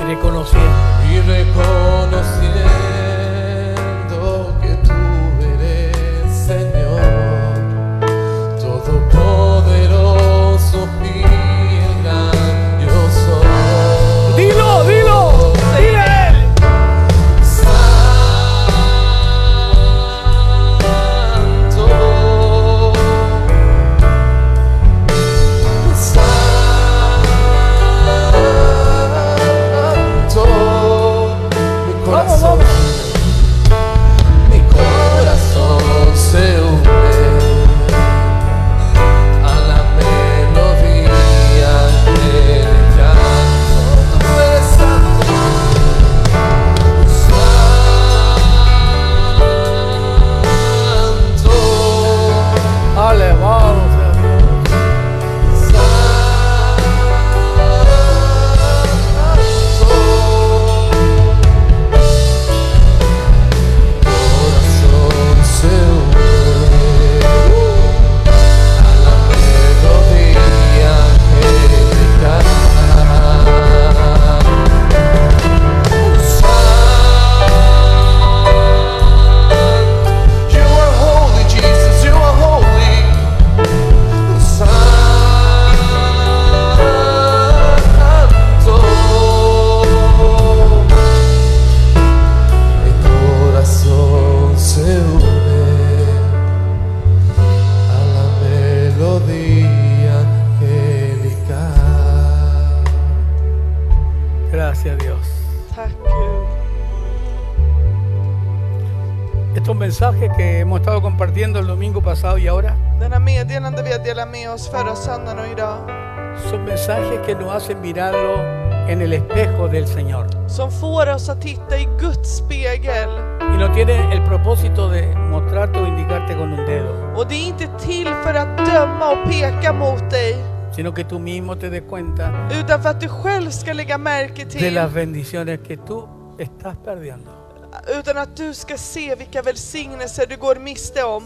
y reconociendo y reconociendo que tú eres Señor, todopoderoso y el gran yo soy. Dilo, dilo, dile a él. Santo, Santo, mi Vamos, corazón, vamos. mi corazón se une a la melodía del canto. Tú eres santo. Santo, Alabado sea Dios. Santo, corazón se une a la melodía angelical. You are holy, Jesus. You are holy. Santo, mi corazón se une a la melodía angelical. Gracias Dios. Tack Gud. Estos mensajes que hemos estado compartiendo el domingo pasado y ahora Denna meddelande vi har delat med oss förra söndagen och idag, son mensajes que nos hacen mirarlo en el espejo del Señor. som får oss att titta i Guds spegel. Y no tiene el propósito de mostrarte o indicarte con un dedo, Och det är inte till för att döma och peka mot dig, sino que tú mismo te des cuenta utan för att du själv ska lägga de märke till, las bendiciones que tú estás perdiendo. utan att du ska se vilka välsignelser du går miste om.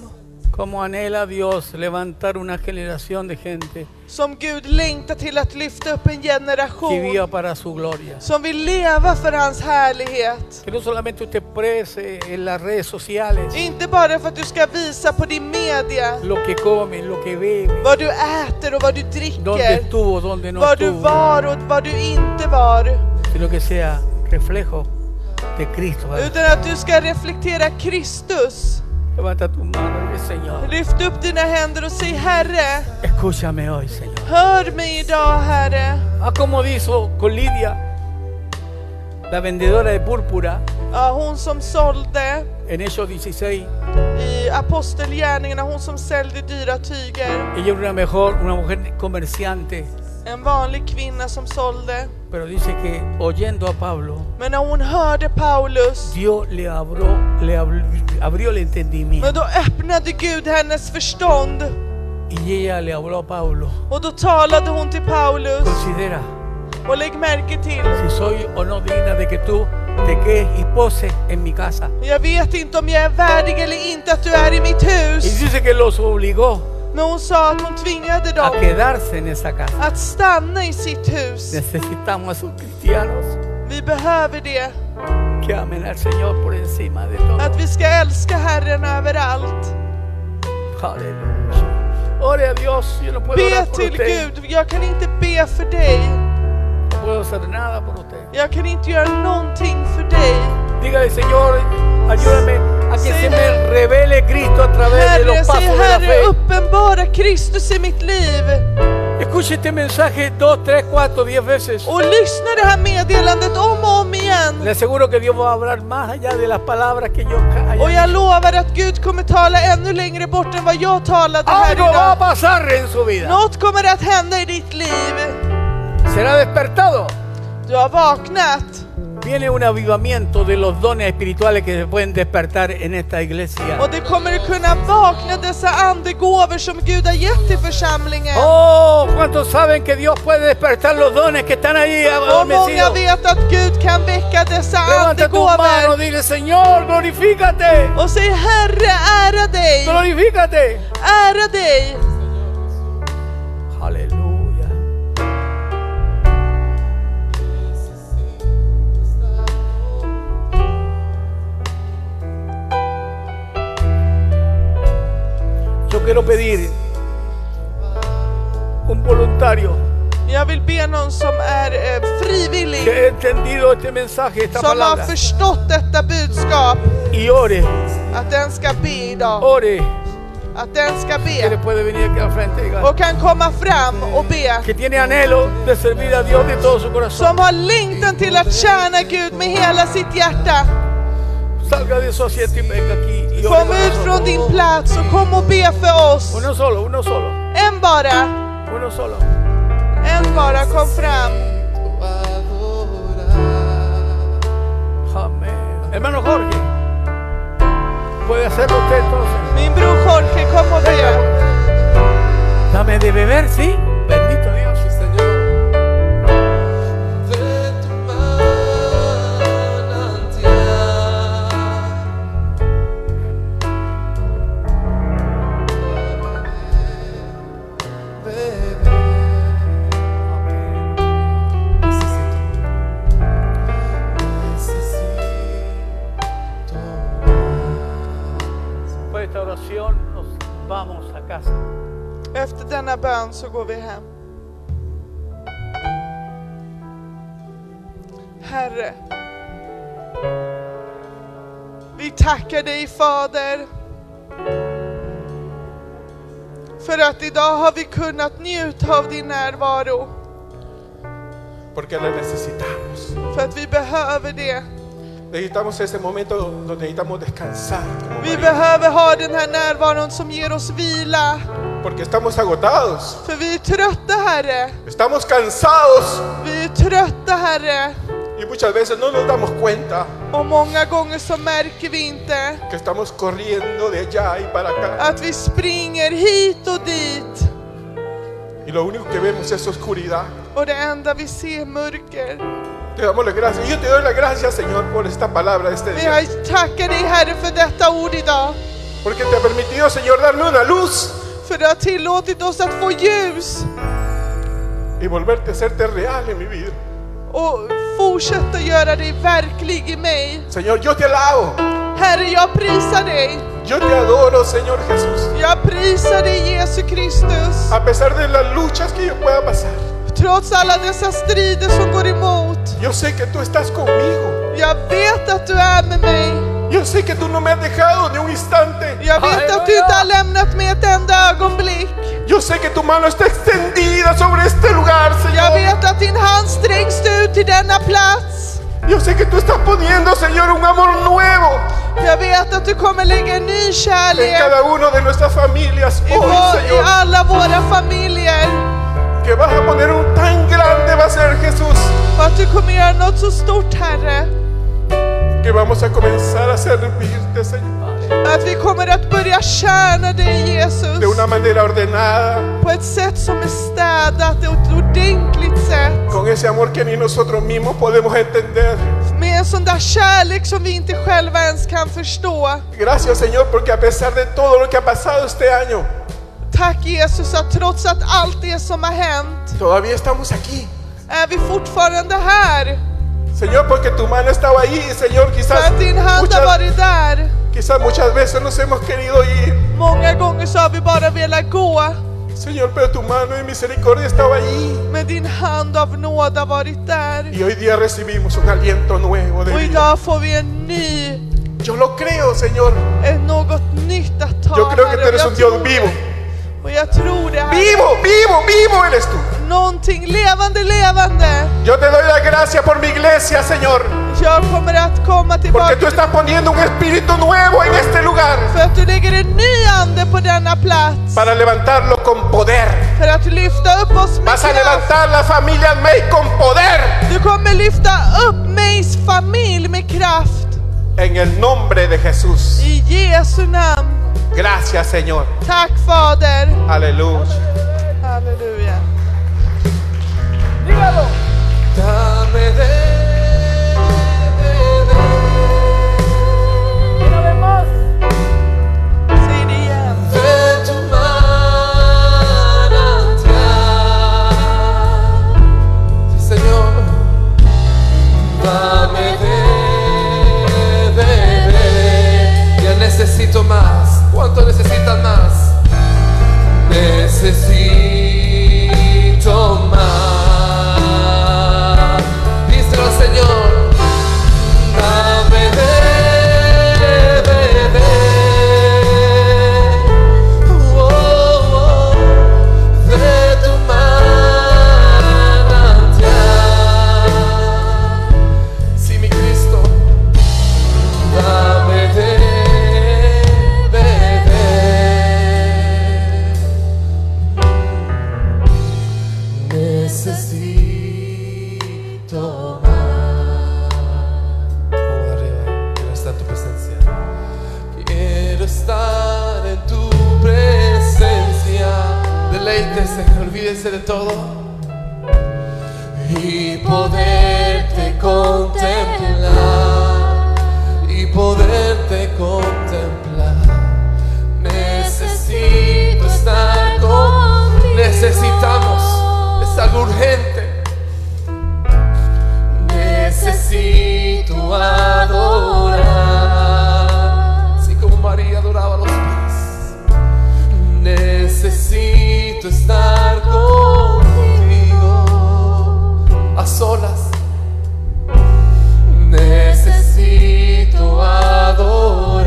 Como anhela Dios levantar una generación de gente Som Gud längtar till att lyfta upp en que generation viva para su gloria. som vill leva för hans härlighet. Que no solamente usted exprese en las redes sociales Inte bara för att du ska visa på din media lo que come, lo que bebe, vad du äter och vad du dónde dricker, estuvo, dónde no vad du estuvo, var och vad du inte var. sino que sea reflejo de Cristo. Padre. Utan att du ska reflektera Kristus. Levanta tu mano, dile, Señor. Lyft upp dina händer och säg Herre, Escúchame hoy, Señor. hör mig idag Herre. Ah, como dijo con Lidia, la vendedora de púrpura, Ja, hon som sålde en Hechos 16, i apostelgärningarna, hon som sålde dyra tyger. ella era una mejor, una mujer comerciante, En vanlig kvinna som sålde. pero dice que oyendo a Pablo, Men när hon hörde Paulus, Dios le abrió, le abri- abrió el entendimiento. men då öppnade Gud hennes förstånd. Y ella le habló a Pablo, Och då talade hon till Paulus. considera Och lägg märke till, si soy o no digna de que tú te quedes y poses en mi casa. jag vet inte om jag är värdig eller inte att du är i mitt Y hus. dice que los obligó Men hon sa att hon tvingade a dem quedarse en esa casa. att stanna i sitt hus. Necesitamos a sus cristianos. Vi behöver det. que amen al Señor por encima de todo. Att vi ska älska Herren överallt. Aleluya. Ore a Dios, yo no puedo Be orar por till usted, Gud. Jag kan inte be för dig. no puedo hacer nada por usted. Jag kan inte göra någonting för dig. Dígale, Señor, ayúdame a que Sí. se me revele Cristo a través de Herre, los säg pasos de la Herre, fe. uppenbara Kristus i mitt liv. Escuche este mensaje dos, tres, cuatro, diez veces. Och lyssna det här meddelandet om och om igen. Le aseguro que Dios va a hablar más allá de las palabras que yo ca- Och haya jag lovar att Gud kommer tala ännu längre bort än vad jag talade här Algo va a idag. pasar en su vida. Något kommer att hända i ditt liv. Será despertado. Du har vaknat Viene un avivamiento de los dones espirituales que se pueden despertar en esta iglesia. och det kommer att kunna vakna dessa andegåvor som Gud har gett till församlingen. Oh, ¿cuántos saben que Dios puede despertar los dones que están ahí Och många adormecidos? vet att Gud kan väcka dessa Levanta tu mano, andegåvor. dile Señor, glorifícate, Och säg Herre, ära dig, glorifícate. ära dig. Aleluya. Yo quiero pedir un voluntario Jag vill be någon som är eh, que frivillig, ha entendido este mensaje, esta som har palabra, förstått detta budskap, y ore. att den ska be idag. ore Att den ska que le be puede venir aquí al frente diga, och kan komma fram och be. que tiene anhelo de servir a Dios de todo su corazón Som har längtan till att tjäna Gud med hela sitt hjärta. salga de su asiento y venga aquí y ore Kom con ut nosotros. från din plats och kom och be för oss. uno solo uno solo En bara, uno solo en bara, kom fram. amén hermano Jorge puede hacerlo usted entonces Min bror Jorge, kom och be. dame de beber sí bendito Dios después de esta oración nos vamos a casa Efter denna bön så går vi hem. Herre, vi tackar dig Fader för att idag har vi kunnat njuta av din närvaro, Porque lo necesitamos. för att vi behöver det. Necesitamos ese momento donde necesitamos descansar. como Vi María. behöver ha den här närvaron som ger oss vila, Porque estamos agotados. för vi är trötta Herre. Estamos cansados. Vi är trötta Herre, Y muchas veces no nos damos cuenta och många gånger så märker vi inte que estamos corriendo de allá y para acá. att vi springer hit och dit. Y lo único que vemos es oscuridad. Och det enda vi ser är mörker. Te damos las gracias. Y yo te doy las gracias, Señor, por esta palabra de este Men día. jag tackar dig Herre för detta ord idag. Porque te ha permitido, Señor, darme una luz För du har tillåtit oss att få ljus y volverte a serte real en mi vida. och fortsätta göra dig verklig i mig. Señor, yo te alabo. Herre, jag prisar dig. Yo te adoro, Señor Jesús. Jag prisar dig Jesus Kristus. A pesar de las luchas que yo pueda pasar, Trots alla dessa strider som går emot. yo sé que tú estás conmigo. Jag vet att du är med mig. Yo sé que tú no me has dejado ni un instante. Jag vet att du inte har lämnat mig ett enda ögonblick. Yo sé que tu mano está extendida sobre este lugar, Jag Señor. vet att din hand strängs ut till denna plats. Yo sé que tú estás poniendo, Señor, un amor nuevo Jag vet att du kommer lägga en ny en kärlek cada uno de nuestras familias i, hoy, vår, i Señor. alla våra familjer. Que vas a poner un tan grande va a ser Jesús. Och att du kommer göra något så stort, Herre. Que vamos a comenzar a servirte, Señor, Att vi kommer att börja tjäna dig, Jesus. de una manera ordenada, På ett sätt som är städat, och ett ordentligt sätt. con ese amor que ni nosotros mismos podemos entender. Med en sån där kärlek som vi inte själva ens kan förstå. Gracias, Señor, porque a pesar de todo lo que ha pasado este año, Tack Jesus att trots att allt det som har hänt todavía estamos aquí. är vi fortfarande här. Señor, porque tu mano estaba ahí, Señor, För quizás att din hand har muchas, varit där. quizás muchas veces nos hemos querido ir. Många gånger så har vi bara velat gå. Señor, pero tu mano de misericordia estaba ahí. Men din hand av nåd har varit där. Y hoy día recibimos un aliento nuevo de Och vida. idag får vi en ny, Yo lo creo, Señor. ett något nytt att ta. Yo creo que Herre. tú eres Och un jag Dios tror- vivo. Och jag tror det här. Vivo, vivo, vivo eres tú. Någonting levande, levande. Yo te doy las gracias por mi iglesia, Señor. Jag kommer att komma Porque tillbaka. tú estás poniendo un espíritu nuevo en este lugar. För att du lägger en ny ande på denna plats. Para levantarlo con poder. För att lyfta upp oss med Vas a kraft. levantar la familia May con poder. Du kommer lyfta upp Mays familj med kraft. En el nombre de Jesús. I Jesu namn. Gracias, Señor. Tack Fader. Aleluya. Halleluja. Dame de, Säg det igen. de, de tu manantial, Sí, Señor. Dame de, de, de. Ya necesito más. ¿Cuánto necesitan más? Necesito más. Díselo, Señor. Dame de, de, de. Oh, oh, de tu manantial. Sí, mi Cristo. Dame de, de, de. Necesito más. Vamos arriba, quiero estar en tu presencia. Quiero estar en tu presencia. Deleítese, olvídense de todo y poderte contemplar y poderte contemplar necesito estar con necesitamos es algo urgente necesito adorar así como María adoraba los pies Necesito estar contigo a solas. Necesito Oh,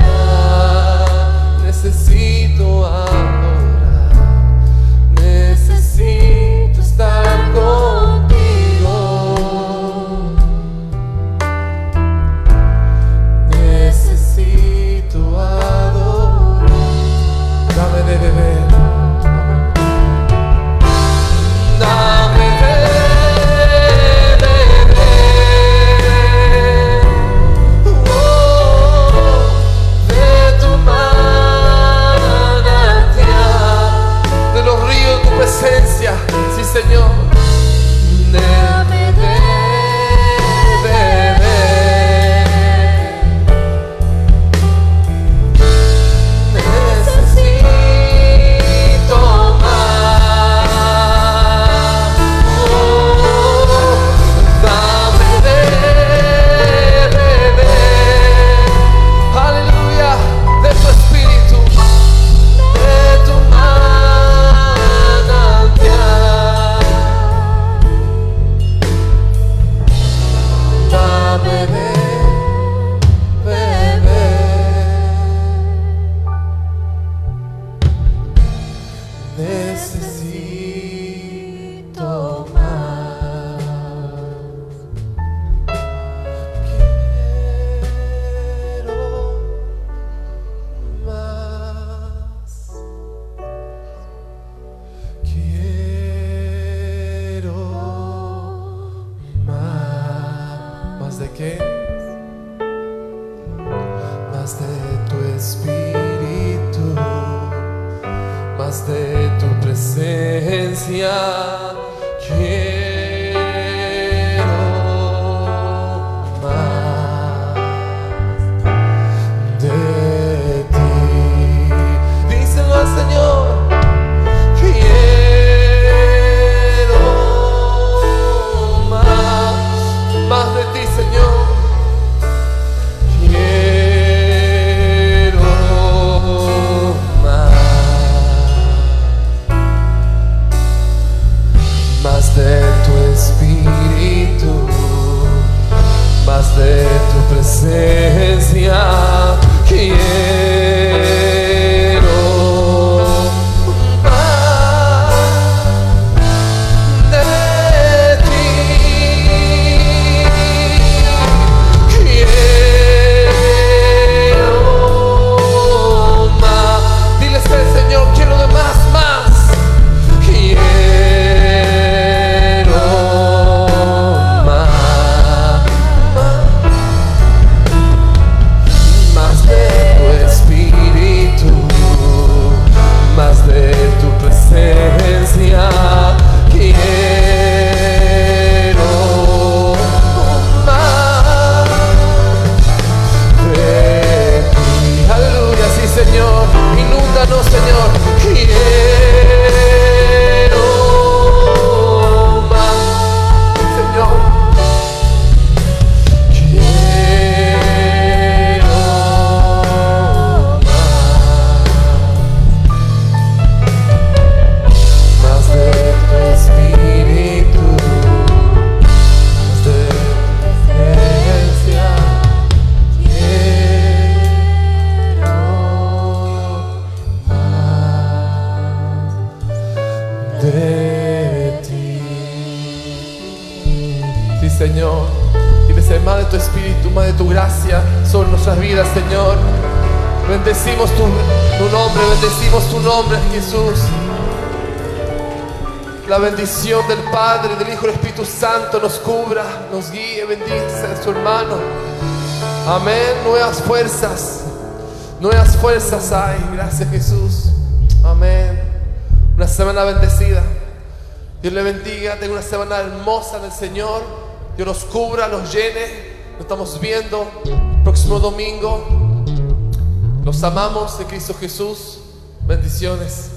Oh, más de tu presencia quiero más de ti. Díselo al Señor. Quiero más, más de ti, Señor. Quiero más, más de tu espíritu, más de tu presencia. Quiero más de ti. Quiero más. Diles al Señor, quiero de más, más. Quiero más. Más de tu espíritu, más de tu presencia. Quiero más de ti. Aleluya, sí Señor, inúndanos Señor. Quiero más, Señor. Quiero más, más de tu espíritu, más de tu presencia. Quiero más de ti. Sí, Señor, dile ser más de tu espíritu, más de tu gracia sobre nuestras vidas, Señor. Bendecimos tu, tu nombre, bendecimos tu nombre, Jesús. La bendición del Padre, del Hijo y del Espíritu Santo nos cubra, nos guíe, bendice a su hermano. Amén. Nuevas fuerzas. Nuevas fuerzas hay. Gracias Jesús. Amén. Una semana bendecida. Dios le bendiga. Tenga una semana hermosa en el Señor. Dios nos cubra, nos llene. Nos estamos viendo próximo domingo. Los amamos de Cristo Jesús. Bendiciones.